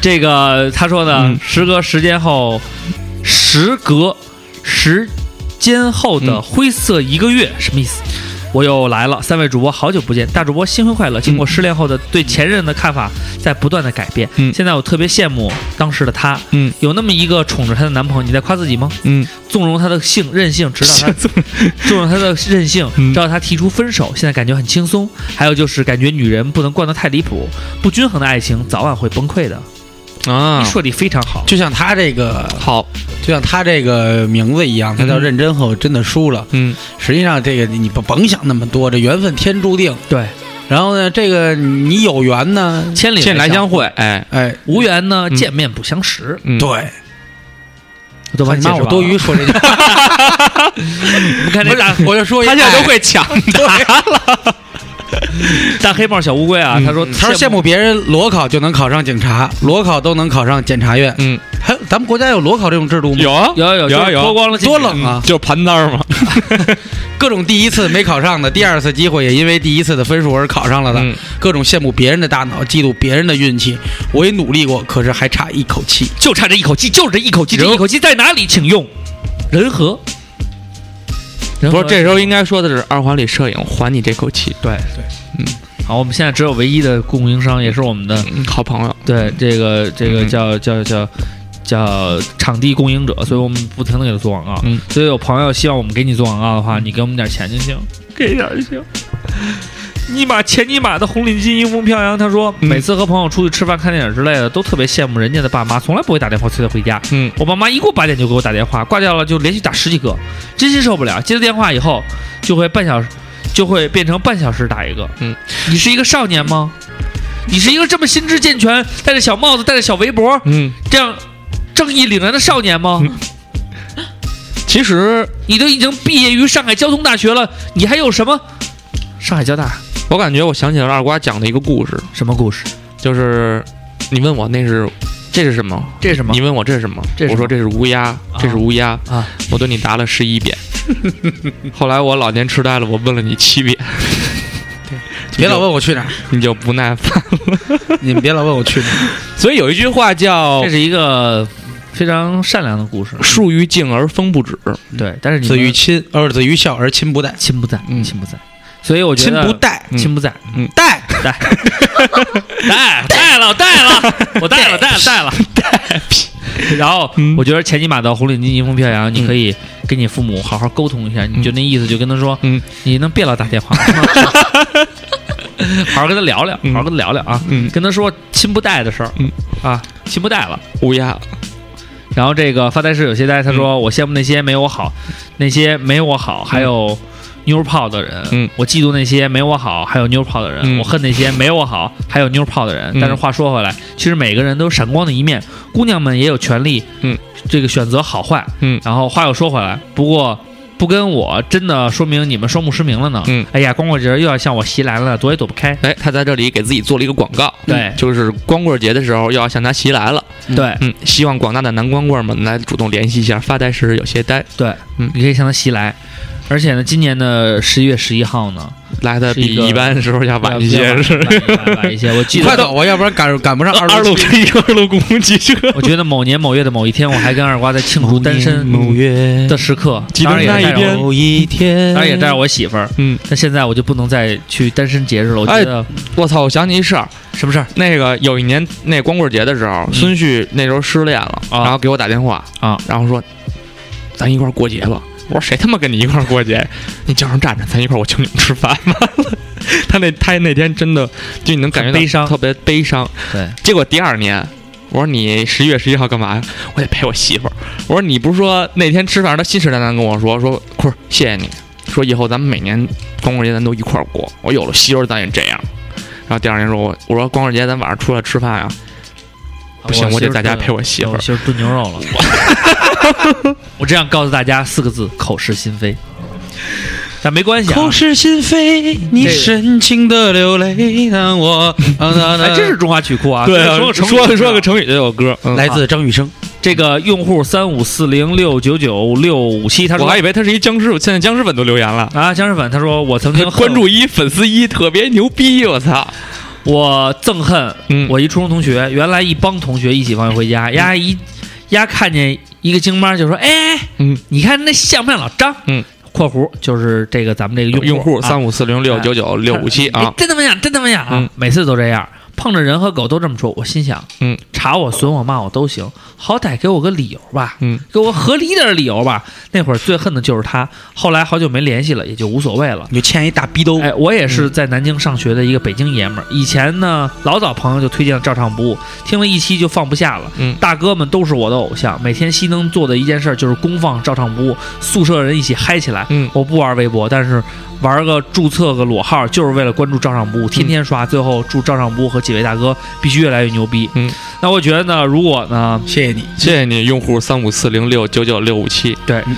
C: 这个他说呢，
D: 嗯
C: 时隔时间后，时隔时间后的
D: 嗯
C: 灰色一个月，什么意思？我又来了，三位主播好久不见，大主播新婚快乐！经过失恋后的对前任的看法在不断的改变，
D: 嗯
C: 现在我特别羡慕当时的她，
D: 嗯，
C: 有那么一个宠着她的男朋友，你在夸自己吗？
D: 嗯，
C: 纵容她的性任 性，直到她纵容她的任性，
D: 嗯
C: 直到她提出分手，现在感觉很轻松。还有就是感觉女人不能惯得太离谱，不均衡的爱情早晚会崩溃的。
D: 啊，
C: 说的非常好，
E: 就像他这个，
D: 好，
E: 就像他这个名字一样，他叫
D: 嗯
E: 认真后真的输了。
D: 嗯
E: 实际上，这个你不甭想那么多，这缘分天注定。
C: 对，
E: 然后呢，这个你有缘呢，
C: 千里
D: 见来
C: 相
D: 相会，哎，
E: 哎，
C: 无缘呢，
D: 嗯
C: 见面不相识。
D: 嗯，
E: 对，
C: 我都帮你
E: 妈
C: 解释
E: 我
C: 完
E: 多
C: 了
E: 余，说这句，
C: 你看这大
E: 我就说一
D: 他现在
E: 哎
D: 都会抢答了，
C: 大黑帽小乌龟啊，他说
E: 他说羡慕别人裸考就能考上警察，裸考都能考上检察院。
D: 嗯，
E: 还咱们国家有裸考这种制度吗？
D: 有啊
C: 有有
D: 有
C: 就
D: 啊
C: 是
D: 有啊
C: 脱光了进去
E: 多冷啊！
D: 就是盘单嘛，
E: 各种第一次没考上的，第二次机会也因为第一次的分数而考上了的，
D: 嗯
E: 各种羡慕别人的大脑，嫉妒别人的运气。我也努力过，可是还差一口气。
C: 就差这一口气，就是这一口气，
D: 人
C: 这一口气在哪里？请用人和。人
D: 不
C: 和
D: 是，这时候应该说的是二环里摄影还你这口气，
C: 对对，好，我们现在只有唯一的供应商，也是我们的
D: 嗯，好朋友，
C: 对这个这个
D: 嗯
C: 叫叫叫叫场地供应者，所以我们不停的给他做广告。
D: 嗯，
C: 所以有朋友希望我们给你做广告的话，你给我们点钱就行，给点就行。尼玛前尼玛的红领巾迎风飘扬，他说、
D: 嗯
C: 每次和朋友出去吃饭、看电影之类的，都特别羡慕人家的爸妈，从来不会打电话催他回家。
D: 嗯，
C: 我爸妈一过八点就给我打电话，挂掉了就连续打十几个，真心受不了。接了电话以后，就会半小时，就会变成半小时打一个。
D: 嗯，
C: 你是一个少年吗？你是一个这么心智健全、戴着小帽子、戴着小围脖，
D: 嗯，
C: 这样正义凛然的少年吗？
D: 其实
C: 你都已经毕业于上海交通大学了，你还有什么？上海交大
D: 我感觉我想起了二瓜讲的一个故事，
C: 什么故事？
D: 就是你问我那是这是什么，
C: 这是什么
D: 你？问我这是什么？
C: 这是
D: 我
C: 什么
D: 说这是乌鸦，这是乌鸦
C: 啊！
D: 我对你答了十一 遍，后来我老年痴呆了，我问了你七遍，
E: 别老问我去哪儿，
D: 你就不耐烦。
E: 你们别老问我去哪儿。
D: 所以有一句话叫
C: 这是一个非常善良的 故事
D: “，树欲静而风不止
C: 对。但是你
E: 子
C: 们
E: 欲亲，而子欲孝而亲不待，
C: 亲不在，
D: 嗯
C: 亲不在，所以我觉
E: 亲
C: 得啊
E: 不待，
D: 嗯
C: 亲不在，
E: 待
C: 带带带了带了，我带了带了带了带。然后
D: 嗯
C: 我觉得前几码的红领巾迎风飘扬，你可以跟你父母好好沟通一下，你就那意思就跟他说，
D: 嗯，
C: 你能别老打电话吗。好好跟他聊聊，好好跟他聊聊啊，
D: 嗯
C: 跟他说亲不带的事儿，
D: 嗯
C: 啊，亲不带了。
D: 乌鸦，
C: 然后这个发呆是有些呆，他
D: 嗯
C: 说我羡慕那些没有我好，那些没有我好，还有妞泡的人，
D: 嗯
C: 我嫉妒那些没有我好，还有妞泡的人，
D: 嗯
C: 我恨那些没有我好，还有妞泡的人。
D: 嗯
C: 但是话说回来，其实每个人都有闪光的一面，姑娘们也有权利，
D: 嗯，
C: 这个选择好坏，
D: 嗯
C: 然后话又说回来，不过。不跟我真的说明你们双目失明了呢。
D: 嗯，
C: 哎呀，光棍节又要向我袭来了，躲也躲不开。
D: 哎，他在这里给自己做了一个广告，
C: 对
D: 就是光棍节的时候要向他袭来了。
C: 对，
D: 嗯嗯，希望广大的男光棍们来主动联系一下，发呆时有些呆，
C: 对，
D: 嗯
C: 你可以向他袭来。而且呢，今年的十一月十一号呢，
D: 来的
C: 是一
D: 比
C: 个
D: 一般的时候要晚一些，是
C: 晚一晚晚一些。我记
E: 快
C: 得，
E: 走啊，要不然赶赶不上二路七。
D: 一 二路公共汽车。
C: 我觉得某年某月的某一天，我还跟二瓜在庆祝单身
D: 某月
C: 的时刻，
D: 记
C: 当
D: 得那
C: 然也
D: 一
C: 带着
D: 天，
C: 我，
D: 某一天
C: 当然也带着我媳妇儿。
D: 嗯，
C: 但现在我就不能再去单身节日了。我觉
D: 哎
C: 得
D: 我操！我想起一事儿，
C: 什么 事儿
D: 那个有一年那光棍节的时候，孙旭那时候失恋了，
C: 嗯啊
D: 然后给我打电话
C: 啊，
D: 然后说咱一块儿过节吧。我说谁他妈跟你一块儿过节？你叫上站站，咱一块儿我请你们吃饭。完了， 他那他那天真的就你能感觉到
C: 很悲伤
D: 特别悲伤。
C: 对，
D: 结果第二年。我说你十一月十一号干嘛呀？我得陪我媳妇儿。我说你不是说那天吃饭，他信誓旦旦跟我说说坤儿谢谢你，说以后咱们每年光棍节咱都一块儿过。我有了媳妇儿咱也这样。然后第二年说我我说光棍节咱晚上出来吃饭呀、啊不行我得
C: 媳儿
D: 在家陪我
C: 炖
D: 媳妇儿
C: 我媳妇儿炖牛肉了。 我这样告诉大家四个字：口是心非。但没关系啊，
E: 是心非，你
C: 这个
E: 深情的流泪
D: 啊
E: 让 我。
C: 哎，
E: 哎
C: 真是中华曲库啊！
D: 说
C: 说个成语啊
D: 说说个成语这首歌，嗯
E: 来自张雨生，
C: 这个用户三五四零六九九六五七，他
D: 我
C: 说
D: 还以为他是一僵尸，现在僵尸粉都留言了。
C: 啊，僵尸粉他说我曾经恨
D: 关注一粉丝一特别牛逼，我操！
C: 我憎恨
D: 嗯
C: 我一初中同学，原来一帮同学一起放学回家，丫一丫看见一个京妈就说：“哎，
D: 嗯，
C: 你看那像不像老张？”
D: 嗯。
C: 括弧就是这个咱们这个
D: 用
C: 户
D: 户啊三
C: 五
D: 五四零六九九六五七啊，
C: 真他妈像，真他妈像啊！
D: 嗯
C: 每次都这样，碰着人和狗都这么说。我心想，
D: 嗯，
C: 查我、损我、骂我都行，好歹给我个理由吧，
D: 嗯，
C: 给我合理点儿理由吧。那会儿最恨的就是他，后来好久没联系了，也就无所谓了。
E: 你就欠一大逼兜。
C: 哎，我也
D: 嗯
C: 是在南京上学的一个北京爷们儿。以前呢，老早朋友就推荐了照唱不误，听了一期就放不下了。
D: 嗯
C: 大哥们都是我的偶像，每天熄灯做的一件事就是公放照唱不误，宿舍人一起嗨起来。
D: 嗯
C: 我不玩微博，但是玩个注册个裸号，就是为了关注照唱不误，
D: 嗯
C: 天天刷。最后祝照唱不误和几位大哥必须越来越牛逼。
D: 嗯，
C: 那我觉得呢，如果呢，
E: 谢谢你，
D: 谢谢你，用户三五四零六九九六五七。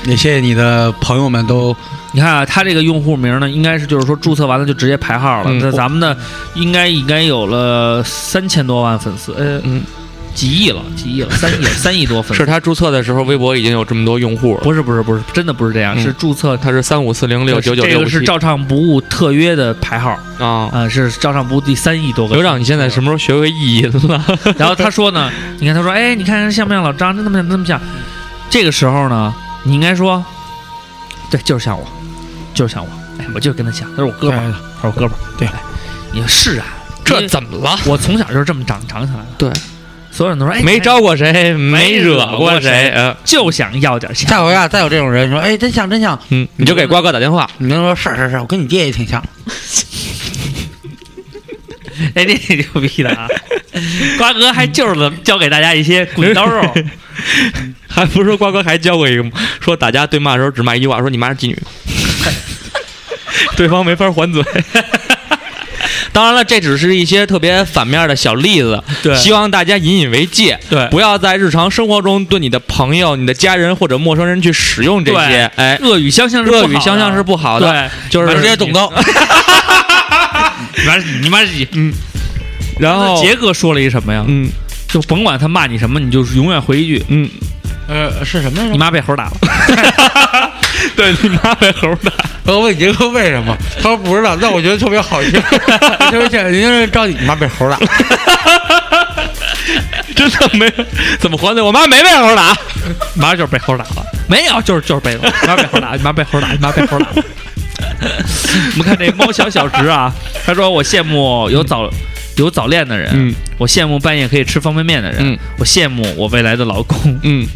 E: 也谢谢你的朋友们都
C: 你看啊，他这个用户名呢，应该是就是说注册完了就直接排号了。
D: 嗯
C: 那
D: 我
C: 咱们呢，应该应该有了三千多万粉丝，呃，
D: 嗯，
C: 几亿了，几亿了，三亿三亿多粉丝。
D: 是他注册的时候，微博已经有这么多用户了。
C: 不是不是不是，真的不是这样，
D: 嗯
C: 是注册
D: 他是三五四零六九九
C: 这
D: 六五
C: 个
D: 七
C: 是照唱不误特约的排号
D: 啊。
C: 啊、是照唱不误第三亿多个。
D: 刘长，你现在什么时候学会意淫了？
C: 然后他说呢，你看他说，哎，你看像不像老张？真的不像，真的不像。这个时候呢，你应该说，对，就是像我，就是像我。哎，我就跟他像，他是我哥们儿，他是我哥们儿。
E: 对
C: 哎，你是啊，
D: 这
C: 你
D: 怎么了？
C: 我从小就是这么长长起来的。
D: 对，
C: 所有人都说，哎，
D: 没
C: 你看
D: 招过谁，没惹过
C: 没惹过谁
D: 谁，嗯
C: 就想要点钱。
E: 下回啊，再有这种人说，哎，真像真像，
D: 嗯，你就给瓜哥打电话，
E: 你能说是是是，我跟你爹也挺像。
C: 哎，这挺牛逼的啊！ 瓜哥还就是教给大家一些滚刀肉，
D: 还不是说瓜哥还教过一个吗？说打架对骂的时候只骂一句话，说你妈是妓女， 对方没法还嘴。当然了，这只是一些特别反面的小例子，
C: 对
D: 希望大家引以为戒，
C: 对
D: 不要在日常生活中对你的朋友、你的家人或者陌生人去使用这
C: 对
D: 些。哎，
C: 恶语相向是不好
D: 恶
C: 的
D: 语相向是不好的，
C: 对，
D: 就是
E: 直接动刀，
C: 你妈 是你妈是
D: 嗯然后，
C: 杰哥说了一什么呀？
D: 嗯
C: 就甭管他骂你什么，你就是永远回一句
D: 嗯，
E: 呃，是什么来
C: “你？妈被猴打了
D: 对你 妈被猴打，
E: 我问杰哥为什么？他说不知道，但我觉得特别好笑。他说这人家着急，你妈被猴打。
D: 真的没 怎么还嘴，我妈没被猴打。”，
C: 你妈就是被猴打了。没有，就是就是被你妈被猴打，你妈被猴打，你妈被猴打。 我们看这猫小小直啊，他说我羡慕有早有早恋的人，
D: 嗯
C: 我羡慕半夜可以吃方便面的人，
D: 嗯
C: 我羡慕我未来的老公，
D: 嗯，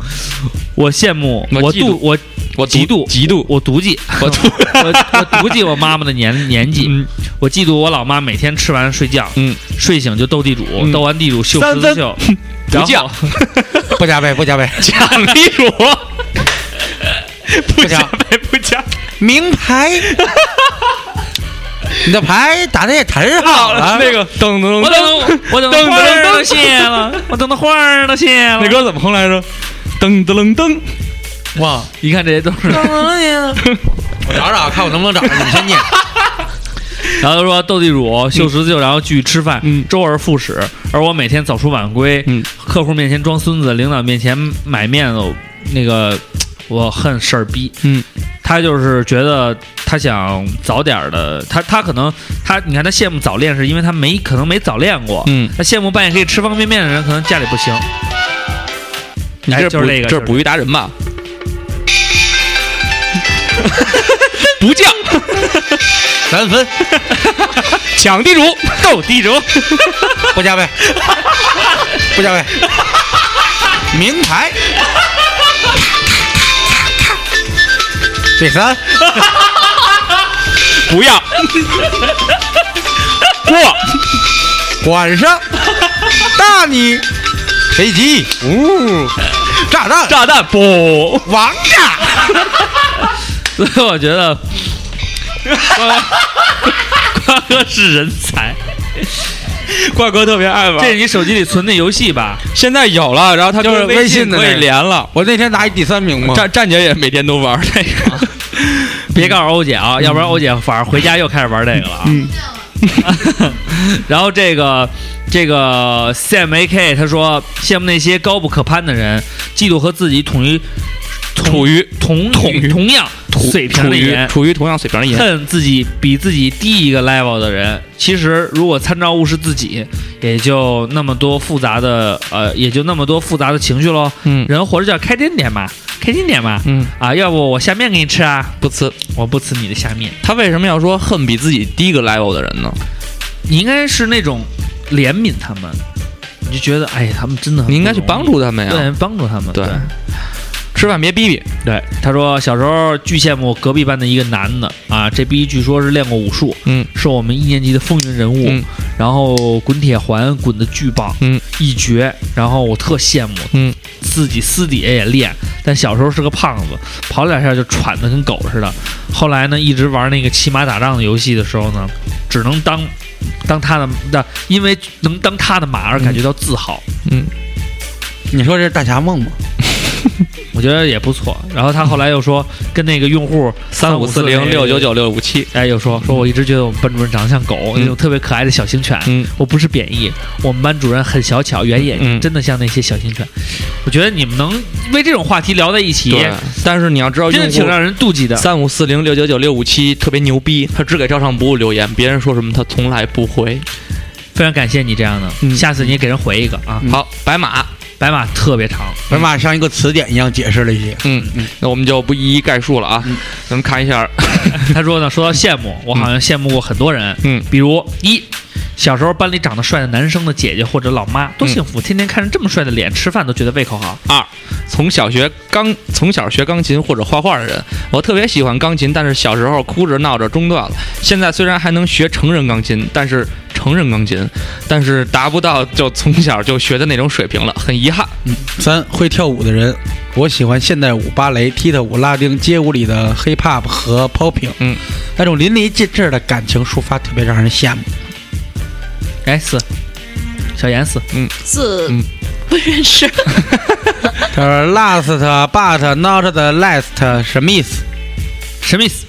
C: 我羡慕
D: 我
C: 我
D: 嫉妒
C: 妒我
D: 我
C: 嫉妒
D: 嫉妒，
C: 我妒忌我妒我我妒忌我妈妈的年年纪，
D: 嗯
C: 我嫉妒我老妈每天吃完睡觉，
D: 嗯，
C: 睡醒就斗地主，
D: 嗯
C: 斗完地主秀
D: 三
C: 十字
D: 分
C: 绣，
D: 不
C: 然
D: 降
C: 后
E: 不加倍，不加倍，
D: 抢地主，
E: 不加
D: 还不加
E: 名牌，你的牌打的也忒好了，
D: 那个噔噔
C: 我
D: 噔，
C: 等我等
D: 噔噔
C: 花儿
D: 噔
C: 都谢 了，我等的花儿都谢了
D: 那。歌怎么哼来着？噔噔噔噔，
E: 哇，
C: 一看这些都是，
E: 我找找看我能不能找着，你先念，
C: 然后就说斗地主、秀十字绣，然后去吃饭，
D: 嗯
C: 周而复始。而我每天早出晚归，
D: 嗯
C: 客户面前装孙子，领导面前买面子，我那个我恨事儿逼。
D: 嗯，
C: 他就是觉得他想早点的，他他可能他你看他羡慕早恋，是因为他没可能没早恋过。
D: 嗯，
C: 他羡慕半夜可以吃方便面的人，可能家里不行。
D: 你
C: 哎
D: 这
C: 就是
D: 捕
C: 这
D: 这
C: 个
D: 是
C: 就是
D: 捕鱼达人 吧？不降，
E: 三分，
D: 抢地主，
C: 斗地主，
E: 不加倍， 不加倍，名牌，对三，
D: 不 要，过，
E: 晚上，大你，飞机，呜、炸弹，
D: 嗯炸弹不，
E: 王炸。
C: 所以我觉得瓜瓜哥是人 才。
D: 怪哥特别爱玩
C: 这是你手机里存的游戏吧？
D: 现在有了，然后他
E: 就是
D: 跟
E: 微
D: 微
E: 信的
D: 可
E: 那
D: 以
E: 个嗯
D: 连了。
E: 我那天拿一第三名嘛，
D: 站站姐也每天都玩这个，
C: 别告诉欧姐
D: 嗯
C: 啊，要不然欧姐反而回家又开始玩这个了啊。 然后这个这个 Sam A K 他说羡慕那些高不可攀的人，嫉妒和自己统一
D: 处于
C: 同
D: 同
C: 同
D: 于
C: 同样水平
D: 处
C: 的
D: 于
C: 人。
D: 处于同样水平的 人，
C: 恨自己比自己低一个 level 的人，其实如果参照物是自己，也就那么多复杂的呃，也就那么多复杂的情绪喽。
D: 嗯
C: 人活着就要开心点嘛，开心点嘛。
D: 嗯，
C: 啊，要不我下面给你吃啊？
D: 不呲。
C: 我不吃你的下面。
D: 他为什么要说恨比自己低个 level 的人呢？
C: 你应该是那种怜悯他们，你就觉得哎，他们真的很
D: 你应该
C: 不
D: 去
C: 容易
D: 帮，助他们呀。
C: 对，帮助他们。
D: 对
C: 对
D: 吃饭别逼逼，
C: 对，他说小时候巨羡慕隔壁班的一个男的啊，这逼据说是练过武术，
D: 嗯，
C: 是我们一年级的风云人物，
D: 嗯
C: 然后滚铁环滚的巨棒，
D: 嗯，
C: 一绝，然后我特羡慕，
D: 嗯，
C: 自己私底下也练，但小时候是个胖子，跑两下就喘的跟狗似的。后来呢，一直玩那个骑马打仗的游戏的时候呢，只能当当他的那，因为能当他的马而感
D: 嗯
C: 觉到自豪，
E: 你说这是大侠梦吗？
C: 我觉得也不错。然后他后来又说，跟那个用户
D: 三五四零六九
C: 九。
D: 九六五七，
C: 哎，又说说，我一直觉得我们班主任长得像狗，那种特别可爱的小型犬。
D: 嗯，
C: 我不是贬义，我们班主任很小巧、圆眼睛，
D: 嗯
C: 真的像那些小型犬。我觉得你们能为这种话题聊在一起，
D: 对。但是你要知道，
C: 真的
D: 用
C: 挺
D: 户
C: 让人妒忌的。
D: 三五四零六九九六五七特别牛逼，他只给照常不误留言，别人说什么他从来不回。
C: 非常感谢你这样的，
D: 嗯
C: 下次你也给人回一个啊。
D: 好，白马，
C: 白马特别 长，
E: 白马像一个词典一样解释了一些。
D: 嗯，那我们就不一一概述了啊。咱们看一下，
C: 他说呢，说到羡慕，我好像羡慕过很多人，
D: 嗯，
C: 比如一。小时候班里长得帅的男生的姐姐或者老妈多
D: 嗯
C: 幸福，天天看着这么帅的脸，吃饭都觉得胃口好。
D: 二，从小学钢从小学钢琴或者画画的人，我特别喜欢钢琴，但是小时候哭着闹着中断了。现在虽然还能学成人钢琴，但是成人钢琴，但是达不到就从小就学的那种水平了，很遗憾。
E: 三会跳舞的人，我喜欢现代舞、芭蕾、踢踏舞、拉丁街舞里的 hip hop 和 popping，
D: 嗯，
E: 那种淋漓尽致的感情抒发特别让人羡慕。
C: 哎，四，小严四，
F: 字
D: 嗯
F: 不认识，
E: 他说 last but not the last 什么意思？
C: 什么意思？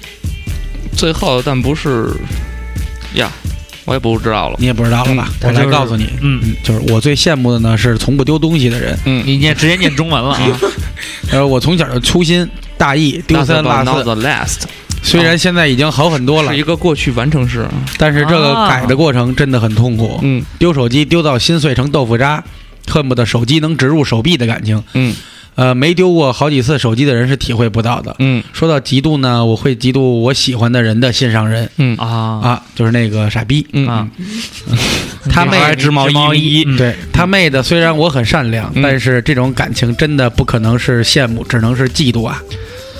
D: 最后，但不是呀，我也不知道了。
E: 你也不知道了吧？
C: 嗯
E: 我来
C: 我就是
E: 告诉你，
C: 嗯
E: 嗯，就是我最羡慕的呢是从不丢东西的人。
D: 嗯
C: 你念直接念中文了啊！
E: 他说我从小就粗心大意，丢三落
D: Not
E: 四，
D: the last
E: 虽然现在已经好很多了
D: 是一，个过去完成式。
E: 但是这个
C: 啊
E: 改的过程真的很痛苦。
D: 嗯
E: 丢手机丢到心碎成豆腐渣，恨不得手机能植入手臂的感情。
D: 嗯
E: 呃，没丢过好几次手机的人是体会不到的。
D: 嗯
E: 说到嫉妒呢，我会嫉妒我喜欢的人的心上人
D: 嗯
C: 啊
E: 啊，就是那个傻逼，
D: 嗯
C: 啊！
E: 他
D: 还
E: 妹
D: 织毛
C: 织毛
D: 衣
C: 衣嗯
E: 对他妹的，虽然我很善良，
D: 嗯
E: 但是这种感情真的不可能是羡慕，只能是嫉妒啊！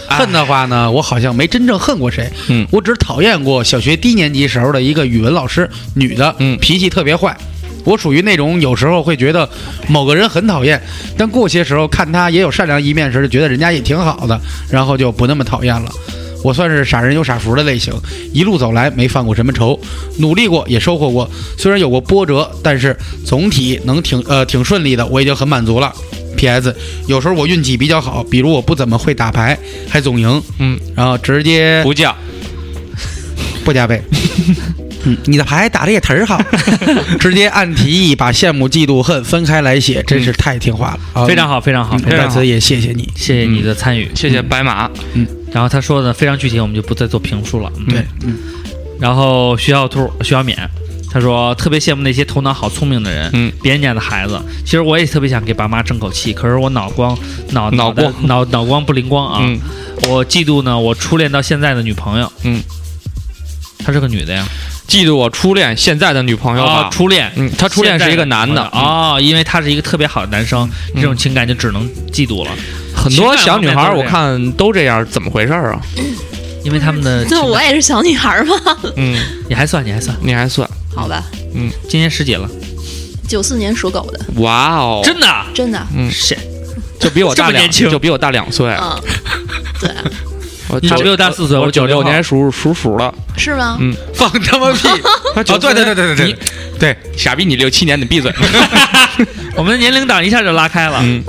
E: 恨的话呢，我好像没真正恨过谁，
D: 嗯
E: 我只讨厌过小学低年级时候的一个语文老师，女的，
D: 嗯
E: 脾气特别坏。我属于那种有时候会觉得某个人很讨厌，但过些时候看他也有善良一面时，就觉得人家也挺好的，然后就不那么讨厌了。我算是傻人有傻福的类型，一路走来没犯过什么愁，努力过也收获过，虽然有过波折，但是总体能挺呃挺顺利的，我已经很满足了。P.S. 有时候我运气比较好，比如我不怎么会打牌，还总赢，
D: 嗯，
E: 然后直接
D: 哎不叫，
E: 不加倍。 嗯，你的牌打的也忒儿好，直接按题意把羡慕、嫉妒、恨分开来写，真是太听话了，啊
C: 非常。好，非常好，
E: 嗯
C: 非
E: 在
C: 常好
E: 此，也谢谢你。
C: 谢谢你的参与。
D: 谢谢白马，
C: 然后他说的非常具体，我们就不再做评述了。嗯
E: 对，嗯，
C: 然后徐小兔、徐小勉，他说特别羡慕那些头脑好聪明的人，
D: 嗯，
C: 别人家的孩子。其实我也特别想给爸妈争口气，可是我脑光脑
D: 脑
C: 袋
D: 光
C: 脑脑光不灵光啊。
D: 嗯
C: 我嫉妒呢，我初恋到现在的女朋友，
D: 嗯，
C: 她是个女的呀，
D: 记住我初恋现在的女朋友
C: 啊，
D: 吧，
C: 初恋。
D: 嗯，他初恋是一个男的嗯
C: 现在的女朋友哦，因为他是一个特别好的男生，这种情感就只能嫉妒了，
D: 很多小女孩儿我看都这样，怎么回事儿啊？
C: 因为他们的
F: 这
C: 情
F: 我
C: 感
F: 也是小女孩儿嘛，
D: 嗯，
C: 你还算你还算，
D: 你还算，
F: 好吧，
C: 今年十几了，
F: 九四年属狗的，
D: 哇哦，
C: 真的啊
F: 真的，
C: 谁
D: 就比我
C: 这
D: 大
C: 么
D: 两，
C: 年轻
D: 就比我大两岁，
F: 嗯，对啊，
D: 我
C: 你
D: 九
C: 比我大四岁
D: 我
C: 我
D: 九
C: 九
D: 六
C: 六
D: 年属属鼠了，
F: 是吗？
D: 嗯
E: 放他 妈屁！
D: 啊
E: 哦，对对对对对对，对，
D: 傻逼，你六七年，你闭 嘴，
C: 我们的年龄档一下就拉开了。
D: 嗯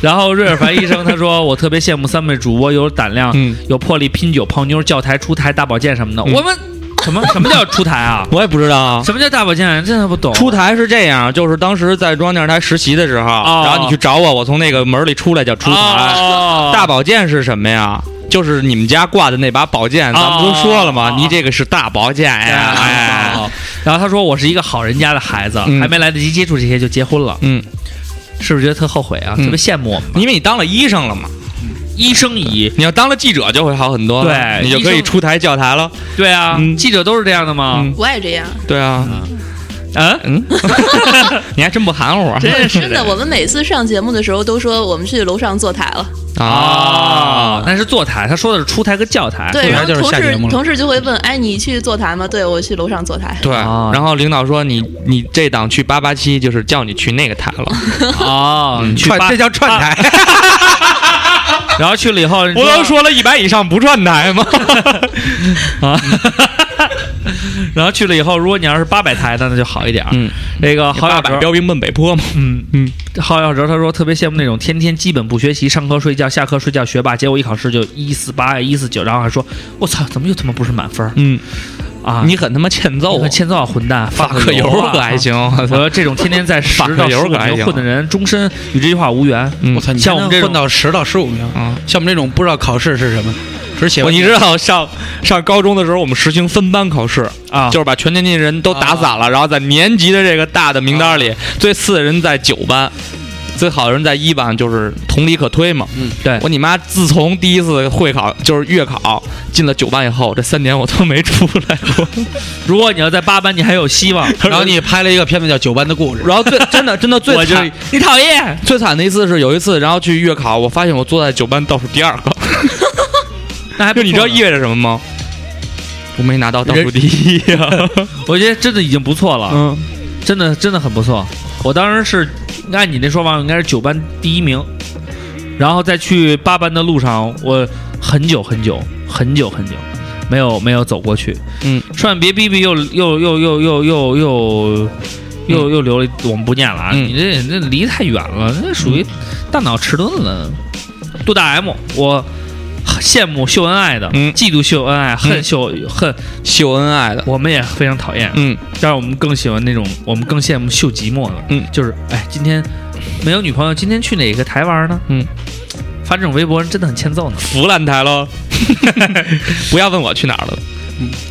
C: 然后瑞尔凡医生他说：“我特别羡慕三位主播有胆量、
D: 嗯
C: 有魄力，拼酒、泡妞、叫台、出台、大保健什么的。
D: 嗯？
C: 我们什么什么叫出台啊
D: 我也不知道啊。
C: 什么叫大保健？真的不懂。 啊
D: 出台是这样，就是当时在中央电视台实习的时候，然后你去找我，我从那个门里出来叫出台。
C: 哦、
D: 大保健是什么呀？就是你们家挂的那把宝剑，咱们不是说了吗？
C: 哦
D: 你这个是大保健
C: 哎
D: 呀，
C: 哎
D: 哎，
C: 然后他说我是一个好人家的孩子，
D: 嗯
C: 还没来得及接触这些就结婚了，
D: 嗯，
C: 是不是觉得特后悔啊？
D: 嗯
C: 特别羡慕我们吧
D: 因为你当了医生了嘛，
C: 医生姨，
D: 你要当了记者就会好很多了，
C: 对
D: 你就可
C: 医
D: 以
C: 生
D: 出台叫台了。
C: 对啊，
D: 嗯
C: 记者都是这样的吗？
D: 嗯
F: 我也这样，
D: 对啊，
C: 嗯，
D: 嗯， 你还真不含糊啊
C: 真是
F: 真的，我们每次上节目的时候都说我们去楼上坐台
D: 啊
F: 了，
C: 哦，那是坐台，他说的是出台跟教台。
F: 对，
E: 坐台
F: 然后
E: 就是
F: 同
E: 下节
F: 事
E: 目了
F: 同事就会问，哎，你去坐台吗？对我去楼上坐台，
D: 对，
C: 哦
D: 然后领导说你你这档去八八七，就是叫你去那个台 了。
C: 哦，你去
E: 串
C: 吧
E: 这叫串台。
C: 然后去了以后，
D: 不
C: 说
D: 都说了嗯一百以上不转台 吗？
C: 啊。 然后去了以后，如果你要是八百台的，那就好一点儿。
D: 嗯，
C: 那个郝
D: 八
C: 小
D: 百
C: 哲，
D: 标兵奔北坡嘛。
C: 嗯嗯，郝小哲他说特别羡慕那种天天基本不学习，上课睡觉，下课睡觉学霸，结果一考试就一四八一四九，然后还说我操，怎么又他妈不是满分儿
D: 嗯，
C: 啊？
D: 你很他妈欠揍
C: 你
D: 啊
C: 很！欠揍啊，混蛋！
D: 法克油
C: 啊
D: 可还？行，
C: 我
D: 我操
C: 说这种天天在十
D: 法克
C: 到十
D: 油
C: 五
D: 可还
C: 名
D: 行
C: 混的人，终身与这句话无缘。
D: 嗯
E: 我操，你
C: 像我们
E: 还能
C: 这种
E: 混到十到十五名，
D: 嗯
E: 像我们这种不知道考试是什么，只写
D: 我
E: 完
D: 你知道上上高中的时候，我们实行分班考试
C: 啊
D: 就是把全年级人都打散了，然后在年级的这个大的名单里，最次的人在九班，最好的人在一班，就是同理可推嘛。
E: 嗯，
C: 对
D: 我你妈自从第一次会考就是月考进了九班以后，这三年我都没出来过。
C: 如果你要在八班，你还有希 望。
E: 然 后你拍了一个片子叫《九班的故事》，
D: 然后最真的真的最
C: 我就
D: 惨
C: 你讨厌，
D: 最惨的一次是有一次，然后去月考，我发现我坐在九班倒数第二个，
C: 那还不
D: 就你知
C: 错
D: 道
C: 呢
D: 意味着什么吗？我没拿到倒数第一呀、
C: 我觉得真的已经不错了，
D: 嗯，
C: 真的真的很不错。我当时是按你那说法，我应该是九班第一名，然后在去八班的路上，我很久很久很久很久没有没有走过去。
D: 嗯，
C: 千万别逼逼又又又又又又又又又留了，我们不念了啊！
D: 嗯
C: 你这这离太远了，这属于大脑迟钝了。杜大 M，我羡慕秀恩爱的，
D: 嗯
C: 嫉妒秀恩爱，恨秀、恨，
D: 秀恩爱的，
C: 我们也非常讨厌。
D: 嗯
C: 但是我们更喜欢那种，我们更羡慕秀寂寞的，
D: 嗯，
C: 就是哎，今天没有女朋友，今天去哪个台玩呢？
D: 嗯，
C: 发这种微博人真的很欠揍呢。
D: 扶烂台喽， 不要问我去哪儿了，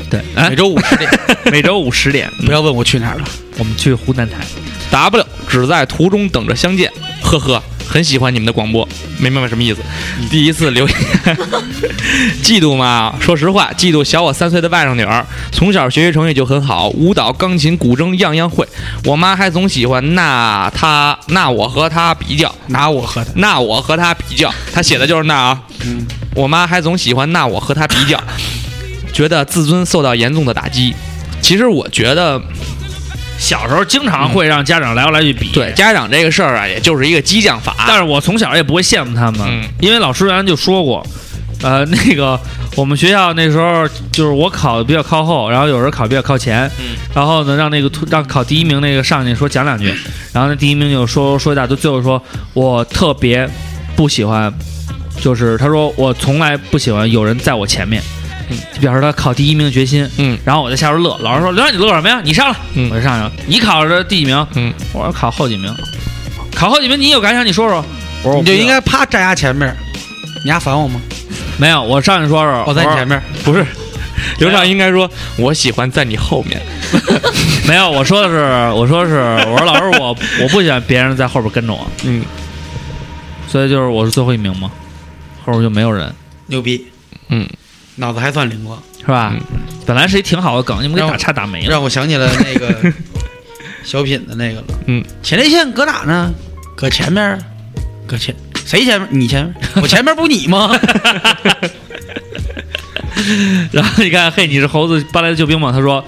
C: 对，哎
E: 每，周五十点，
C: 每周五十点，
E: 不要问我去哪儿了。
C: 我们去湖南台。
D: w 只在途中等着相见，呵呵，很喜欢你们的广播，没明白什么意思。第一次留言， 嫉妒嘛，说实话，嫉妒小我三岁的外甥女儿，从小学习成绩就很好，舞蹈、钢琴、古筝样样会，我妈还总喜欢那她那我和她比较，
E: 拿我和他，
D: 那我和她比较，她写的就是那啊，
E: 嗯，
D: 我妈还总喜欢拿我和她比较，觉得自尊受到严重的打击。其实我觉得，
C: 小时候经常会让家长来来去比，
D: 对家长这个事儿啊，也就是一个激将法。
C: 但是我从小也不会羡慕他们，
D: 啊嗯
C: 因为老师原来就说过，呃， 那个我们学校那时候就是我考的比较靠后，然后有人考比较靠前，
D: 嗯
C: 然后呢让那个突让考第一名那个上去说讲两句，然后那第一名就说说一大堆，最后说我特别不喜欢，就是他说我从来不喜欢有人在我前面。
D: 嗯
C: 就表示他考第一名的决心，
D: 嗯，
C: 然后我在下边乐，老师说：“刘亮，你乐什么呀？你上来。”
D: 嗯
C: 我就上去了。你考的第几名？
D: 嗯，
C: 我说考后几名。考后几名，你有感想你说说。我说我
E: 你就
C: 不
E: 应该啪站牙前面，你丫烦我吗？
C: 没有，我上去说说，
E: 我在你前面，
C: 嗯
D: 不是，刘畅应该说，我喜欢在你后面。
C: 没有，我说的是，我说是，我说老师，我我不喜欢别人在后边跟着我，
D: 嗯，
C: 所以就是我是最后一名嘛，后边就没有人，
E: 牛逼，
D: 嗯，
E: 脑子还算灵光，
C: 是吧？
D: 嗯
C: 本来是一挺好的梗，你们给打岔打没了。
E: 让我想起了那个 小品的那个了。
D: 嗯，
E: 前列腺搁哪呢？搁前面儿，搁前谁前面？你前面， 我前面不你吗？
C: 然后你看，嘿，你是猴子搬来的救兵吗？他说，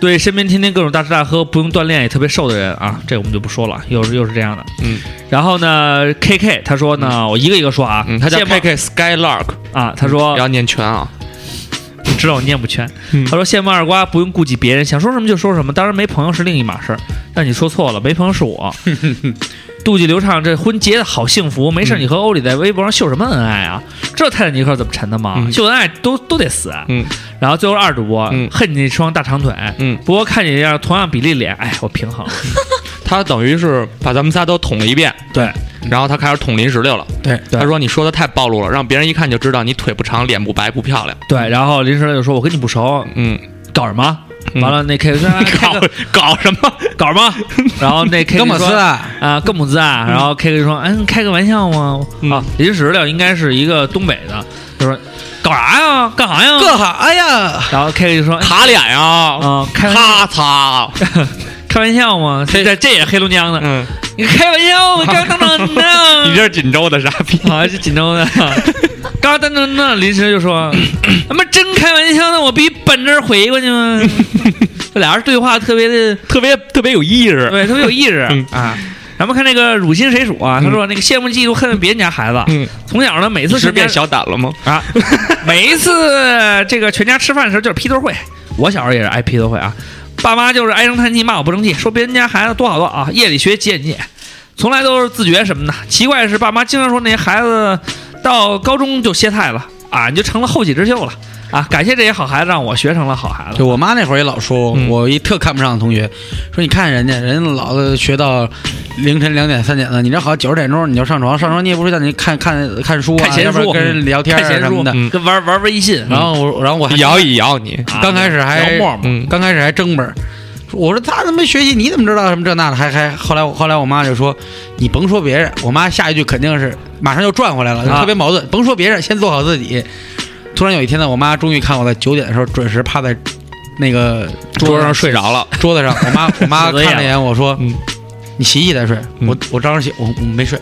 C: 对身边天天各种大吃大喝、不用锻炼也特别瘦的人啊，这我们就不说了，又是又是这样的。
D: 嗯，
C: 然后呢，K K 他说呢，我一个一个说啊，
D: 嗯，他叫
C: 芥末
D: K K Skylark，
C: 啊，他说
D: 要念全啊。
C: 我知道我念不全。
D: 嗯
C: 他说：“羡慕二瓜不用顾及别人，想说什么就说什么，当然没朋友是另一码事儿。但你说错了，没朋友 是我。妒忌刘畅这婚结的好幸福，没事儿你和欧里在微博上秀什么恩爱啊？知道泰坦尼克怎么沉的吗？
D: 嗯
C: 秀恩爱都都得死。啊
D: 嗯，
C: 然后最后二主播、
D: 嗯
C: 恨你那双大长腿，
D: 嗯，
C: 不过看你这样同样比例脸，哎，我平衡了。
D: 他等于是把咱们仨都捅了一遍，
C: 对，
D: 然后他开始捅林石榴了。
E: 对
D: 他说你说的太暴露了，让别人一看就知道你腿不长，脸不白，不漂亮。
C: 对，然后林石榴就说：我跟你不熟，
D: 嗯，
C: 搞什么？
D: 嗯
C: 完了那 K 说、哎
D: 搞
C: 那个
D: 搞什么？
C: 搞 什么？然后那 K
E: 跟我
C: 说
E: 撕啊！
C: 啊，更不自啊，然后 K K 说：“嗯，开个玩笑嘛。
D: 嗯
C: 啊，林石榴应该是一个东北的，就说搞啥呀，干啥呀？
E: 各哈哎呀，
C: 然后 K K 就说：“
D: 卡脸呀！
C: 啊，开玩
D: 咔嚓！
C: 开玩笑嘛，这这这也黑龙江的，
D: 嗯，
C: 你开玩笑嘛，干当当 的，
D: 你这是锦州的傻逼。
C: 啊是锦州的，嘎当当的。”林石榴就说：“他妈真开玩笑，那我必须本着回过去吗？” 这俩人对话特别的，
D: 嗯特别特别有意识。
C: 对，特别有意识
D: 嗯
C: 啊。咱们看那个辱心谁属啊？他说那个羡慕嫉妒恨别人家孩子，
D: 嗯，
C: 从小呢每次
D: 你是
C: 身边
D: 变小胆了吗？
C: 啊， 每一次这个全家吃饭的时候就是批斗会，我小时候也是挨批斗会啊，爸妈就是唉声叹气骂我不争气，说别人家孩子多好多好啊，夜里学节俭戒，从来都是自觉什么的。奇怪的是，爸妈经常说那些孩子到高中就歇菜了啊，你就成了后起之秀了啊。感谢这些好孩子，让我学成了好孩子
E: 就。我妈那会儿也老说我，
D: 嗯
E: 我一特看不上的同学，说你看人家，人家老子学到凌晨两点三点的，你这好九十点钟你就上床，上床你也不睡觉，你看看看书啊，
C: 看闲
E: 要不然
C: 书
E: 跟人聊天
C: 看
E: 啊
C: 闲
E: 什么
C: 书
E: 的。
D: 嗯
C: 跟玩玩微信，
E: 然后我，然后我还
D: 摇一摇你。
C: 啊
E: 刚开始还
C: 聊陌陌，
D: 嗯，
E: 刚开始还争本儿，我说他他妈学习你怎么知道什么这那的？还还后来我后来我妈就说你甭说别人，我妈下一句肯定是马上就转回来了，就
C: 啊
E: 特别矛盾。甭说别人，先做好自己。突然有一天呢，我妈终于看我在九点的时候准时趴在那个
D: 桌上睡着了。
E: 桌子上，我妈我妈
C: 死得眼
E: 看了一眼我说
D: 嗯
E: 你洗洗再睡。
D: 嗯
E: 我我当时洗我我没睡，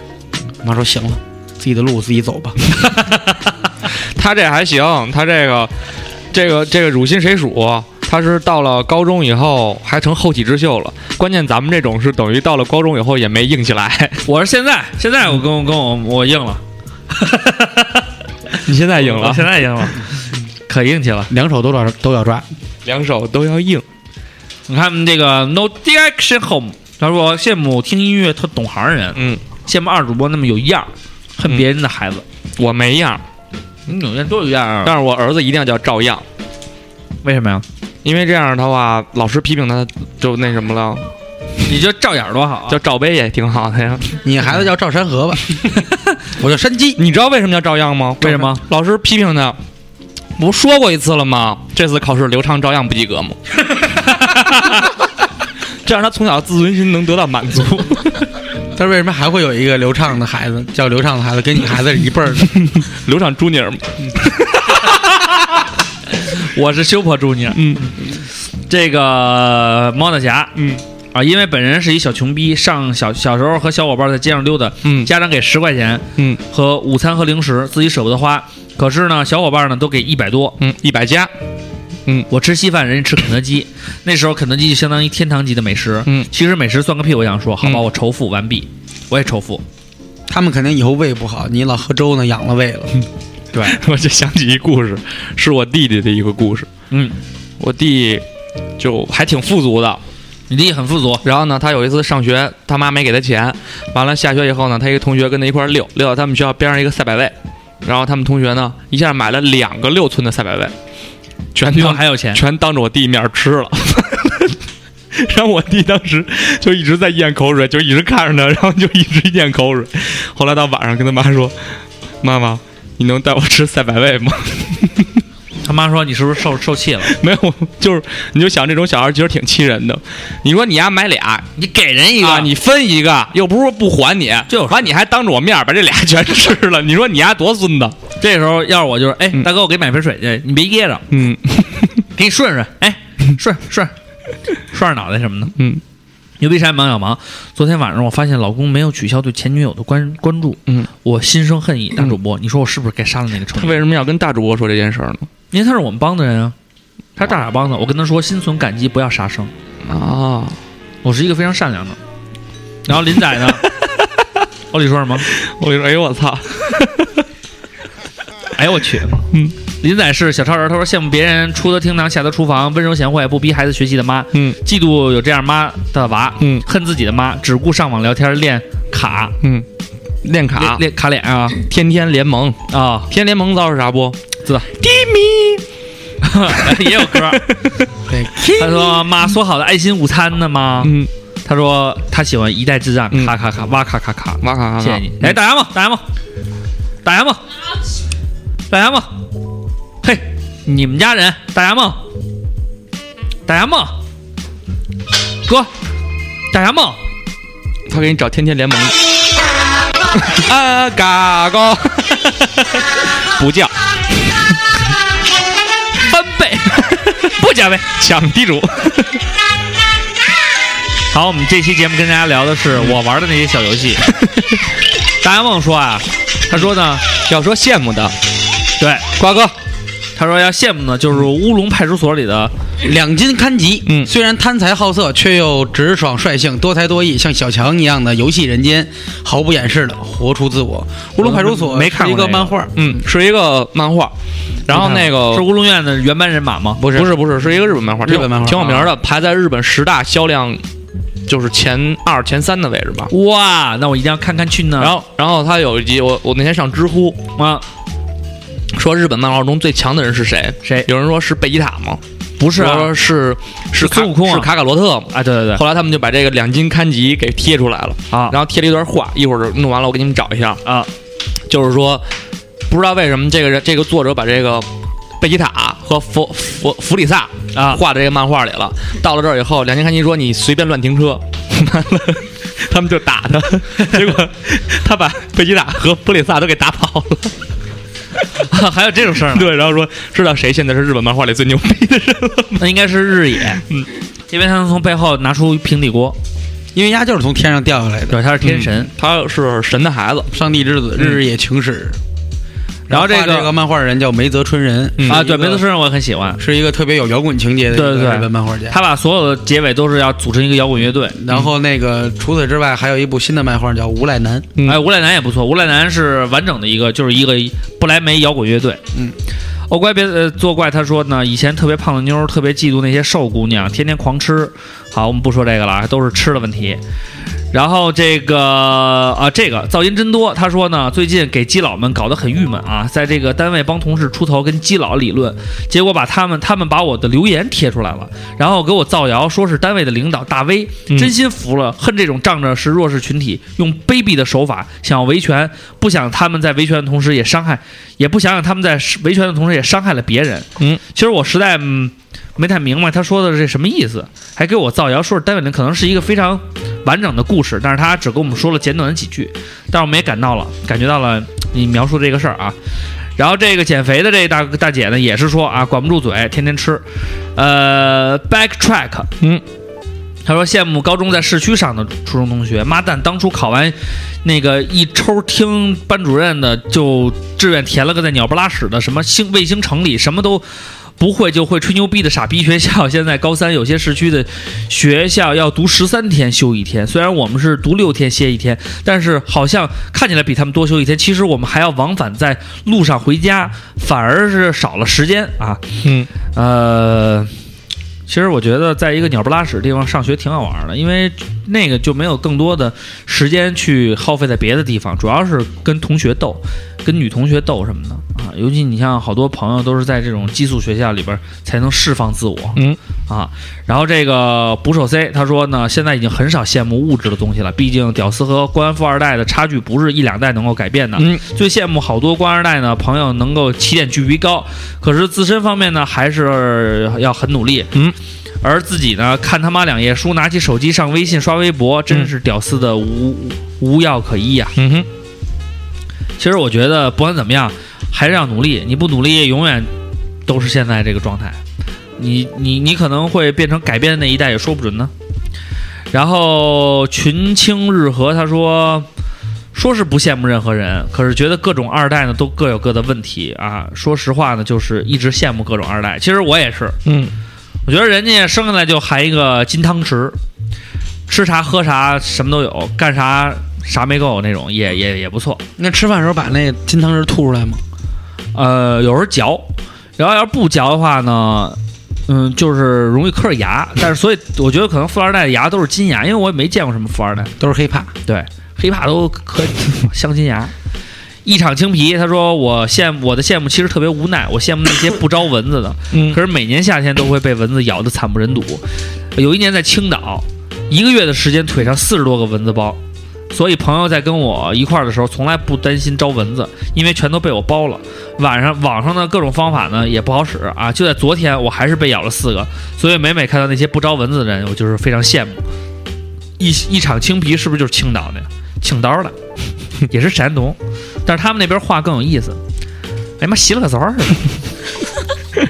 E: 我妈说行了，自己的路自己走吧。
D: 他这还行，他这个这个这个辱心谁属？他是到了高中以后还成后起之秀了。关键咱们这种是等于到了高中以后也没硬起来。
C: 我是现在现在我跟我跟我我硬 了，
D: 你现在硬
C: 我
D: 了，
C: 现在硬了， 可硬气了。
E: 两手都抓都要抓，
D: 两手都要硬。
C: 你看这个 No Direction Home，他说羡慕听音乐特懂行人，
D: 嗯，
C: 羡慕二主播那么有样儿，恨别人的孩子。
D: 我没样，
C: 你有样多有样啊？
D: 但是我儿子一定要叫照样，
C: 为什么呀？
D: 因为这样的话老师批评他就那什么了，
C: 你就照眼儿多好啊！
D: 叫罩杯也挺好的呀。
E: 你孩子叫赵山河吧，我叫山鸡。
D: 你知道为什么叫照样吗？
C: 为什么？
D: 老师批评他，不说过一次了吗？这次考试刘畅照样不及格吗？ 这样他从小自尊心能得到满足。
E: 但是为什么还会有一个刘畅的孩子叫刘畅的孩子，跟你孩子是一辈儿的？
D: 刘畅朱妮儿嘛，
C: 我是修婆朱尼，
D: 嗯，
C: 这个猫大侠，
D: 嗯
C: 啊，因为本人是一小穷逼，上小小时候和小伙伴在街上溜达，
D: 嗯
C: 家长给十块钱，
D: 嗯，
C: 和午餐和零食，自己舍不得花，可是呢，小伙伴呢都给一百多，
D: 嗯，一百加，
C: 我吃稀饭，人家吃肯德基。那时候肯德基就相当于天堂级的美食。
D: 嗯
C: 其实美食算个屁，我想说，好吧，
D: 嗯
C: 我仇富完毕，我也仇富。
E: 他们肯定以后胃不好，你老喝粥呢，养了胃了。
D: 我就想起一故事，是我弟弟的一个故事。
C: 嗯，
D: 我弟就还挺富足的，
C: 你弟很富足，
D: 然后呢，他有一次上学，他妈没给他钱，完了下学以后呢，他一个同学跟他一块儿溜，溜到他们学校边上一个赛百味，然后他们同学呢一下买了两个六寸的赛百味，全
C: 他
D: 当
C: 还有钱。
D: 全当着我弟面吃了。 然后我弟当时就一直在咽口水，就一直看着他，然后就一直咽口水。后来到晚上跟他妈说：“妈妈，你能带我吃赛百味吗
C: 他妈说你是不是受受气了？？”
D: 没有，就是你就想这种小孩其实挺气人的。你说你丫买俩，
C: 你给人一个，
D: 啊，你分一个，又不是说不还你，
C: 就是
D: 完你还当着我面儿把这俩全吃了，你说你丫多孙子？
C: 这时候要是我就是，哎，
D: 嗯
C: 大哥，我给你买瓶水去，你别噎着，
D: 嗯
C: 给你顺顺， 哎，顺顺顺着脑袋什么的。
D: 嗯
C: 牛逼山忙小忙，昨天晚上我发现老公没有取消对前女友的关关注，
D: 嗯，
C: 我心生恨意。大主播，你说我是不是该杀了那个臭
D: 他
C: 女人？
D: 为什么要跟大主播说这件事儿呢？
C: 因为他是我们帮的人啊，他是大傻帮的。我跟他说，心存感激，不要杀生。
D: 啊，
C: 我是一个非常善良的。然后林 仔呢？欧里说什么？
D: 我跟你说，哎呦我操，
C: 哎呦我去，
D: 嗯，
C: 林仔是小超人，他说羡慕别人出得厅堂下得厨房，温柔贤惠，不逼孩子学习的妈，
D: 嗯
C: 嫉妒有这样妈的娃，
D: 嗯
C: 恨自己的妈，只顾上网聊天练卡，
D: 嗯，练卡嗯
C: 练练卡脸啊
D: 天天联盟，
C: 啊，
D: 天天联盟知道是啥不？啊
C: 知道
D: 低 迷，
C: 也有歌。
E: 对，
C: 他说妈说好的爱心午餐呢吗？
D: 嗯，
C: 他说他喜欢一代之战，
D: 嗯
C: 咔咔咔，哇咔咔咔，
D: 哇卡卡卡，
C: 谢谢你。哎，打烊吧，打烊吧，打烊吧，打烊吧。嘿，你们家人打烊吧，打烊吧，哥，打烊吧。
D: 他给你找天天联盟。啊，嘎 高，不叫
C: 翻倍， 不加倍。
D: 抢地主，
C: 好，我们这期节目跟大家聊的是我玩的那些小游戏。 大家忘说啊，他说呢，
D: 要说羡慕的，
C: 对，
D: 瓜哥，
C: 他说要羡慕呢，就是乌龙派出所里的
E: 两金堪吉，
D: 嗯
E: 虽然贪财好色，却又直爽率性，多才多艺，像小强一样的游戏人间，毫不掩饰的活出自我。乌龙派出所
C: 没看
E: 是
C: 过
E: 一个
C: 那个
E: 漫画，
D: 嗯，是一个漫画，然后那个
C: 是乌龙院的原班人马吗？
E: 哦不是
D: 不是不是，是一个日本漫画，
E: 日本漫画
D: 挺有名
C: 啊
D: 的，排在日本十大销量就是前二、前三的位置吧。
C: 哇，那我一定要看看去呢。
D: 然
E: 哦
D: 后，然后他有一集，我我那天上知乎
C: 啊，
D: 说日本漫画中最强的人是谁？
C: 谁？
D: 有人说是贝吉塔吗？
C: 不是
D: 有人
C: 啊
D: 说是是
C: 是
D: 卡
C: 孙悟空啊
D: 是卡卡罗特吗？
C: 啊，对对
E: 哦
C: 对，
D: 后来他们就把这个两金刊集给贴出来了，
C: 啊
D: 然后贴了一段话，一会儿弄完了我给你们找一下，
C: 啊，
D: 就是说不知道为什么这个人这个作者把这个贝吉塔和弗弗弗里萨
C: 啊
D: 画在这个漫画里了。到了这儿以后，两金刊吉说你随便乱停车，完了 他们就打
C: 啊
D: 他，结果他把贝吉塔和弗里萨都给打跑了。
C: 啊还有这种事儿呢？
D: 对，然后说知道谁现在是日本漫画里最牛逼的人了吗？
C: 那应该是日野，嗯，因为他能从背后拿出平底锅，
E: 因为鸭就是从天上掉下来的，
C: 表他是天神。
D: 嗯 他是神的孩子，
E: 上帝之子，日日也晴使。
C: 然后这
E: 画
C: 个
E: 嗯这个漫画人叫梅泽春人
D: 嗯
C: 啊，对，梅
E: 梅
C: 泽
E: 泽
C: 春人我也很喜欢，
E: 是一个特别有摇滚情节的一
C: 对对
E: 个
C: 对
E: 日本漫画家。
C: 他把所有的结尾都是要组成一个摇滚乐队。
E: 然后那个除此之外，还有一部新的漫画叫《无赖男》，
D: 嗯
C: 哎，吴赖男也不错，吴赖男是完整的一个，就是一个不来梅摇滚乐队。
E: 嗯，
C: 哦，乖别呃作怪，他说呢，以前特别胖的妞儿特别嫉妒那些瘦姑娘，天天狂吃。好，我们不说这个了，啊都是吃的问题。然后这个啊，这个噪音真多。他说呢，最近给基佬们搞得很郁闷啊，在这个单位帮同事出头跟基佬理论，结果把他们他们把我的留言贴出来了，然后给我造谣说是单位的领导大 V，
D: 嗯
C: 真心服了，恨这种仗着是弱势群体，用卑鄙的手法想要维权，不想他们在维权的同时也伤害，也不想想他们在维权的同时也伤害了别人。
D: 嗯，
C: 其实我实在嗯没太明白他说的是什么意思，还给我造谣说是单位领可能是一个非常完整的故事，但是他只跟我们说了简短的几句，但是我们也感到了感觉到了你描述这个事儿啊。然后这个减肥的这大大姐呢，也是说啊，管不住嘴，天天吃，呃，backtrack，
D: 嗯，
C: 他说羡慕高中在市区上的初中同学，妈蛋，当初考完那个一抽听班主任的，就志愿填了个在鸟不拉屎的什么星卫星城里，什么都。不会就会吹牛逼的傻逼学校，现在高三有些市区的学校要读十三天休一天，虽然我们是读六天歇一天，但是好像看起来比他们多休一天，其实我们还要往返在路上回家，反而是少了时间啊。
D: 嗯，
C: 呃，其实我觉得在一个鸟不拉屎的地方上学挺好玩的，因为那个就没有更多的时间去耗费在别的地方，主要是跟同学斗，跟女同学斗什么的啊。尤其你像好多朋友都是在这种寄宿学校里边儿才能释放自我，
D: 嗯
C: 啊。然后这个捕手 C 他说呢，现在已经很少羡慕物质的东西了，毕竟屌丝和官富二代的差距不是一两代能够改变的。
D: 嗯，
C: 最羡慕好多官二代呢，朋友能够起点距离高，可是自身方面呢，还是要很努力。
D: 嗯。
C: 而自己呢，看他妈两页书，拿起手机上微信刷微博，真是屌丝的无、无药可医啊！
D: 嗯哼，
C: 其实我觉得不管怎么样，还是要努力。你不努力，永远都是现在这个状态。你你你可能会变成改变的那一代，也说不准呢。然后群青日和他说，说是不羡慕任何人，可是觉得各种二代呢都各有各的问题啊。说实话呢，就是一直羡慕各种二代。其实我也是，
D: 嗯，
C: 我觉得人家生下来就含一个金汤匙，吃啥喝啥什么都有，干啥啥没够那种，也也也不错。
E: 那吃饭时候把那金汤匙吐出来吗？
C: 呃，有时候嚼，然后要是不嚼的话呢，嗯，就是容易磕着牙。但是所以我觉得可能富二代的牙都是金牙，因为我也没见过什么富二代，
E: 都是黑怕，
C: 对，黑怕都磕镶金牙。一场青皮，他说我羡慕我的羡慕其实特别无奈，我羡慕那些不招蚊子的，
D: 嗯
C: 可是每年夏天都会被蚊子咬得惨不忍睹。有一年在青岛，一个月的时间腿上四十多个蚊子包，所以朋友在跟我一块儿的时候，从来不担心招蚊子，因为全都被我包了。晚上网上的各种方法呢也不好使啊，就在昨天我还是被咬了四个，所以每每看到那些不招蚊子的人，我就是非常羡慕。一一场青皮是不是就是青岛的呀？青岛的， 也是山东，但是他们那边话更有意思。哎妈，洗了个澡儿似的。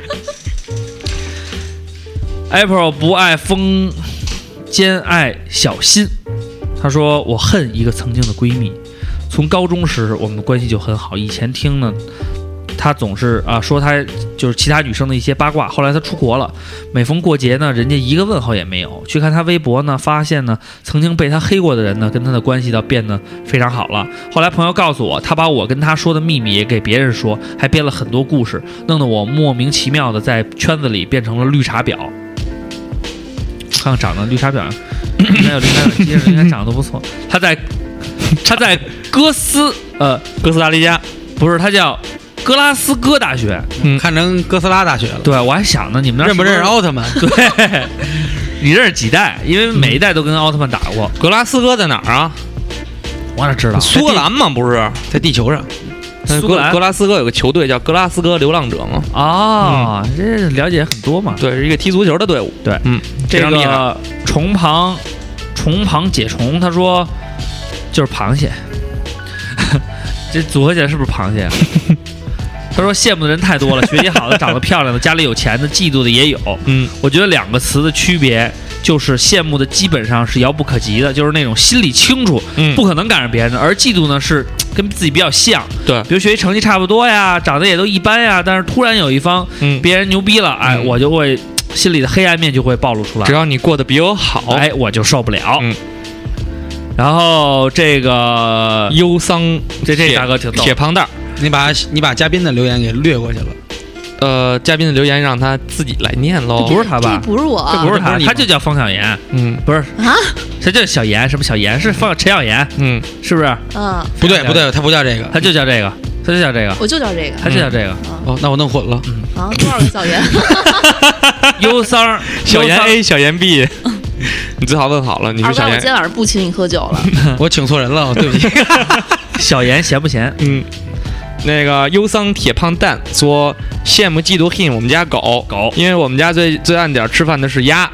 C: April 不爱风，兼爱小心。她说：“我恨一个曾经的闺蜜，从高中时我们的关系就很好。以前听呢，她总是啊说她就是其他女生的一些八卦。后来她出国了，每逢过节呢，人家一个问候也没有。去看她微博呢，发现呢，曾经被她黑过的人呢，跟她的关系倒变得非常好了。后来朋友告诉我，她把我跟她说的秘密也给别人说，还编了很多故事，弄得我莫名其妙的在圈子里变成了绿茶婊。看看长得绿茶婊，应该有绿茶婊，其实应该长得不错。她在她在哥斯呃
D: 哥斯达黎加，
C: 不是，她叫格拉斯哥大学。
E: 看成哥斯拉大学了。
C: 对我还想呢，你们那儿
E: 认不认识
C: 是
E: 奥特曼？
C: 不是？哦对， 你认识几代？因为每一代都跟奥特曼打过，
D: 格拉斯哥在哪儿啊？
C: 我哪知道？
D: 苏格兰嘛，不是？
E: 在地球上，
C: 苏格兰
D: 格拉斯哥有个球队叫格拉斯哥流浪者嘛，
C: 哦，这了解很多嘛。
D: 对，是一个踢足球的队伍。
C: 对
D: 嗯，非
C: 这
D: 常厉害。
C: 个虫旁虫旁解虫，他说就是螃蟹， 这组合起来是不是螃蟹啊？ 他说羡慕的人太多了，学习好的、长得漂亮的、家里有钱的、嫉妒的也有。
D: 嗯，
C: 我觉得两个词的区别就是羡慕的基本上是遥不可及的，就是那种心里清楚，
D: 嗯
C: 不可能赶上别人的；而嫉妒呢是跟自己比较像，
D: 对
C: 比如学习成绩差不多呀，长得也都一般呀，但是突然有一方
D: 嗯，
C: 别人牛逼了，哎，
D: 嗯
C: 我就会心里的黑暗面就会暴露出来
D: 只，要你过得比我好，
C: 哎，我就受不了。
D: 嗯
C: 然后这个
D: 忧伤
C: 呃这这
D: 铁
C: 大哥挺逗
D: 铁胖蛋儿。
E: 你把你把嘉宾的留言给略过去了。
D: 呃，嘉宾的留言让他自己来念喽。
C: 不是他吧
F: 这？不是我
C: 这
F: 啊，
C: 不是
E: 这不
C: 他，
E: 是你
C: 他就叫方小岩，
D: 嗯
C: 不是他就叫小岩，什么小岩是方陈小岩，
D: 嗯，
C: 是不是？
F: 嗯，
E: 不对不对，他不叫这个。
C: 他就叫这个，他就叫这个，
F: 我就叫这个
C: 他就叫这个。
D: 嗯
E: 哦，那我弄混了。
F: 啊，多少个小圆？
C: 忧桑 儿，
D: 小哎
C: 忧
D: 严
C: 桑儿
D: A，小严 B，你最好问好了，你
F: 二
D: 是
F: 哥，
D: 小
F: 我今
D: 严。
F: 天晚上不请你喝酒了，
E: 我请错人了，对 不起。
C: 小严咸不咸？
D: 嗯，那个忧桑铁胖蛋说羡慕嫉妒 him 我们家狗
C: 狗
D: 因为我们家最最暗点儿吃饭的是鸭，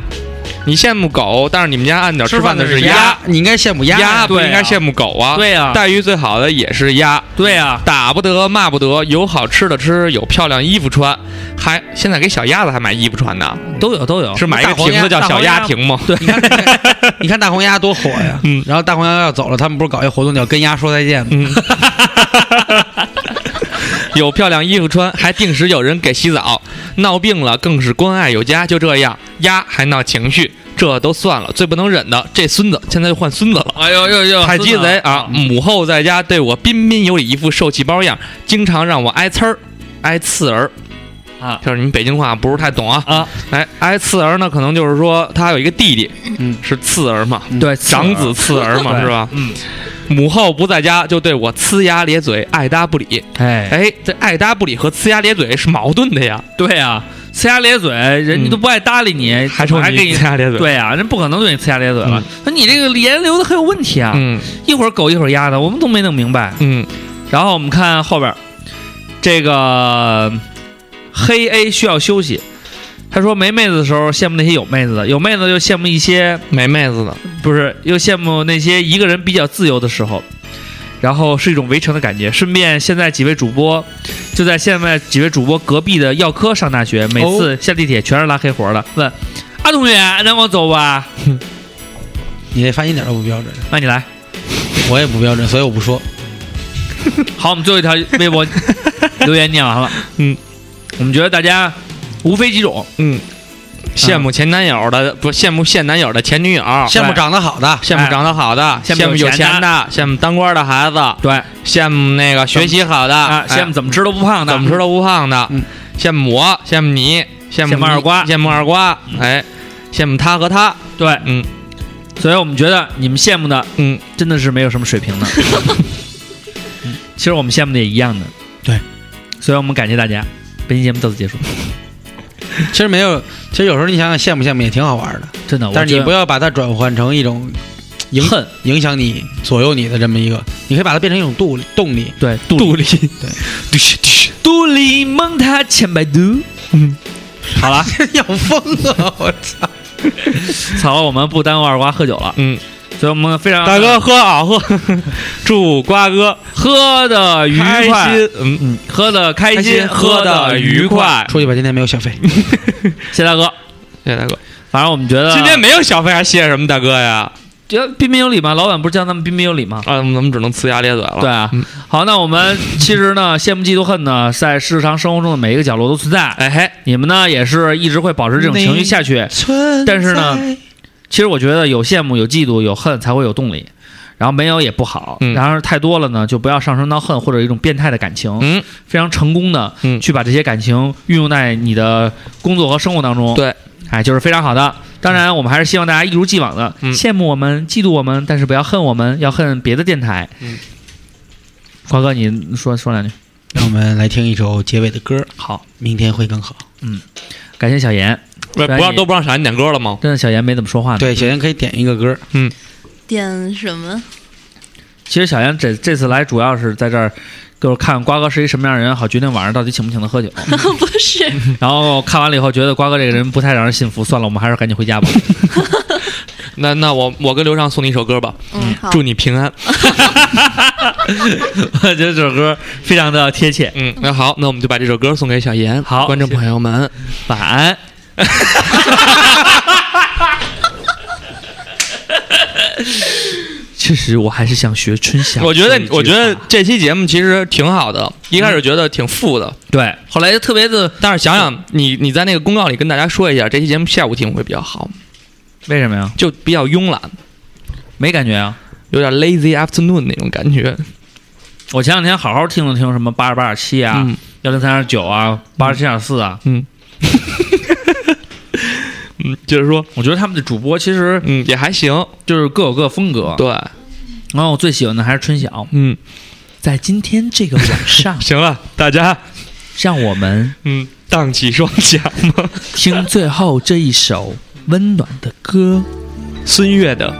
D: 你羡慕狗，但是你们家按点吃饭的是
E: 鸭
D: 鸭，，
E: 你应该羡慕
D: 鸭
E: 鸭呀。
D: 不
C: 对啊
D: 应该羡慕狗啊。
C: 对啊
D: 待遇最好的也是鸭，
C: 对啊，
D: 打不得，骂不得，有好吃的吃，有漂亮衣服穿，还现在给小鸭子还买衣服穿呢，
C: 都有都有，
D: 是买一个
E: 大黄鸭
D: 亭子叫
C: 哦大
D: 小
C: 黄鸭
D: 鸭亭吗？
C: 对
E: 你看，你看大黄鸭多火呀！
D: 嗯
E: 然后大黄鸭要走了，他们不是搞一活动叫“跟鸭说再见”吗？
D: 有漂亮衣服穿，还定时有人给洗澡，闹病了更是关爱有加，就这样，鸭还闹情绪，这都算了，最不能忍的这孙子，现在又换孙子了。
C: 哎呦呦呦，
D: 太鸡贼啊！母后在家对我彬彬有礼，一副受气包样，经常让我挨呲儿、挨刺儿。
C: 啊
D: 就是你北京话不是太懂啊。
C: 啊！
D: 哎，挨刺儿呢，可能就是说他有一个弟弟，
E: 嗯，
D: 是刺儿嘛，
C: 对，
D: 啊长子刺儿嘛，
C: 对
D: 是吧？
C: 嗯，
D: 母后不在家就对我呲牙咧嘴，爱搭不理。
C: 哎，
D: 哎，这爱搭不理和呲牙咧嘴是矛盾的呀，
C: 对啊，呲牙咧嘴，人家都不爱搭理你，
D: 嗯还
C: 怎
D: 说
C: 么还给
D: 你
C: 你
D: 呲。牙咧嘴。
C: 对啊，人不可能对你呲牙咧嘴了
D: 嗯。
C: 那你这个言流的很有问题啊！
D: 嗯
C: 一会儿狗一会儿鸭的，我们都没弄明白。
D: 嗯，
C: 然后我们看后边儿，这个黑 A 需要休息。他说没妹子的时候羡慕那些有妹子的，有妹子就羡慕一些
D: 没妹子的，
C: 不是，又羡慕那些一个人比较自由的时候。然后是一种围城的感觉。顺便，现在几位主播就在现在几位主播隔壁的药科上大学，每
D: 哦
C: 次下地铁全是拉黑活的。问阿同学，让我走吧？
E: 你这发音一点都不标准，
C: 那你来。
E: 我也不标准，所以我不说。
C: 好，我们最后一条微博留言念完了。
D: 嗯，
C: 我们觉得大家无非几种，
D: 嗯，羡慕前男友的，不羡慕现男友的前女友，
E: 羡慕长得好的，
D: 羡慕长得好的，
C: 哎羡慕
D: 羡慕有
C: 有钱
D: 钱的，羡慕当官的孩子，
C: 对
D: 羡慕那个学习好的，
C: 啊，羡慕怎么吃都不胖
D: 哎
C: 的，
D: 怎么吃都不胖的
E: 嗯，
D: 羡慕我，羡慕你，羡慕
C: 羡慕二瓜嗯
D: 你羡慕二瓜，哎，羡慕他和他，
C: 对，
D: 嗯，
C: 所以我们觉得你们羡慕的，
D: 嗯，
C: 真的是没有什么水平的。嗯其实我们羡慕的也一样的，
E: 对，
C: 所以我们感谢大家，本期节目到此结束。
E: 其实没有，其实有时候你想想羡慕羡慕也挺好玩的，
C: 真的，
E: 但是你不
C: 要
E: 要把它转换成一种影
C: 恨，
E: 影响你、左右你的这么一个，你可以把它变成一种动力动力。
C: 对，杜丽，对，杜丽蒙塔千百度，嗯，好了，
E: 要疯啊！我操！
C: 草，我们不耽误二瓜喝酒了，
D: 嗯，
C: 所以我们非常
D: 大哥喝好喝，祝瓜哥
C: 喝的愉
D: 开
C: 快，
D: 心，嗯。
C: 喝的开心，
D: 喝
C: 喝的
D: 的愉
C: 愉
D: 快
C: 快。
E: 出去吧，今天没有小费。
C: 谢谢大哥，
D: 谢谢大哥，
C: 反正我们觉得
D: 今天没有小费还谢什么大哥呀？
C: 觉得彬彬有礼吗？老板不是叫他们彬彬有礼吗？
D: 啊，我们只能呲牙咧嘴了。
C: 对啊
D: 嗯，
C: 好，那我们其实呢，羡慕嫉妒恨呢，在日常生活中的每一个角落都存在。
D: 哎嘿，
C: 你们呢，也是一直会保持这种情绪下去。但是呢，其实我觉得有羡慕、有嫉妒、有恨才会有动力，然后没有也不好。
D: 嗯
C: 然而太多了呢，就不要上升到恨或者一种变态的感情。
D: 嗯，
C: 非常成功的，
D: 嗯
C: 去把这些感情运用在你的工作和生活当中。
D: 对，
C: 哎，就是非常好的。当然，我们还是希望大家一如既往的、
D: 嗯
C: 羡慕我们、嫉妒我们，但是不要恨我们，要恨别的电台。
D: 嗯，
C: 瓜哥，你说说两句。
E: 让我们来听一首结尾的歌，
C: 好，
E: 明天会更好。
C: 感谢小严。
D: 不不让都不让闪点歌了吗？
C: 真的，小严没怎么说话呢。，
E: 啊对，小燕可以点一个歌，
F: 点什么？
C: 其实小严这这次来主要是在这儿，就是看瓜哥是一什么样的人，好决定晚上到底请不请他喝酒。
F: 不是，
C: 然后看完了以后，觉得瓜哥这个人不太让人信服，算了，我们还是赶紧回家 吧。
D: 那那我我跟刘畅送你一首歌吧，
F: 嗯，好，
D: 祝你平 安。
C: 我觉得这首歌非常的贴切。
D: 嗯，那好，那我们就把这首歌送给小严。
C: 好
D: 观众朋友们，
C: 晚 安。确实，我还是想学春夏。
D: 我觉得我觉得
C: 这
D: 这
C: 句话
D: 期节目其实挺好的，一开始觉得挺富的，
C: 对，后来就特别的，
D: 嗯但是想想你你在那个公告里跟大家说一下，这期节目下午听会比较好，
C: 为什么呀？
D: 就比较慵懒，
C: 没感觉啊！
D: 有点 lazy afternoon 那种感觉。
C: 我前两天好好听了听什么八十八点七啊、
D: 嗯
C: 幺零三点九啊、八十七点四啊，
D: 嗯，就是说，
C: 我觉得他们的主播其实
D: 嗯，也还行。
C: 就是各有各风格。
D: 对，
C: 然后我最喜欢的还是春晓。
D: 嗯，，
C: 在今天这个晚上
D: 行了，大家，
C: 让我们
D: 嗯，荡起双桨吧。
C: 听最后这一首温暖的歌。
D: 孙悦的。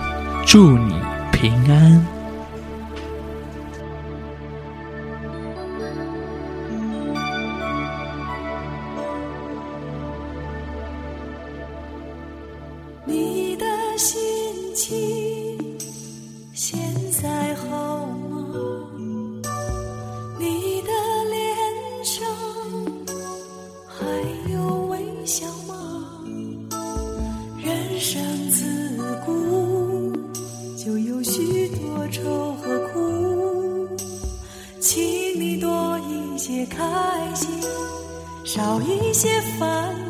C: 祝你平安。
G: 你起，现在好吗？你的脸上还有微笑吗？人生自古就有许多愁和苦，请你多一些开心，少一些烦哦哦哦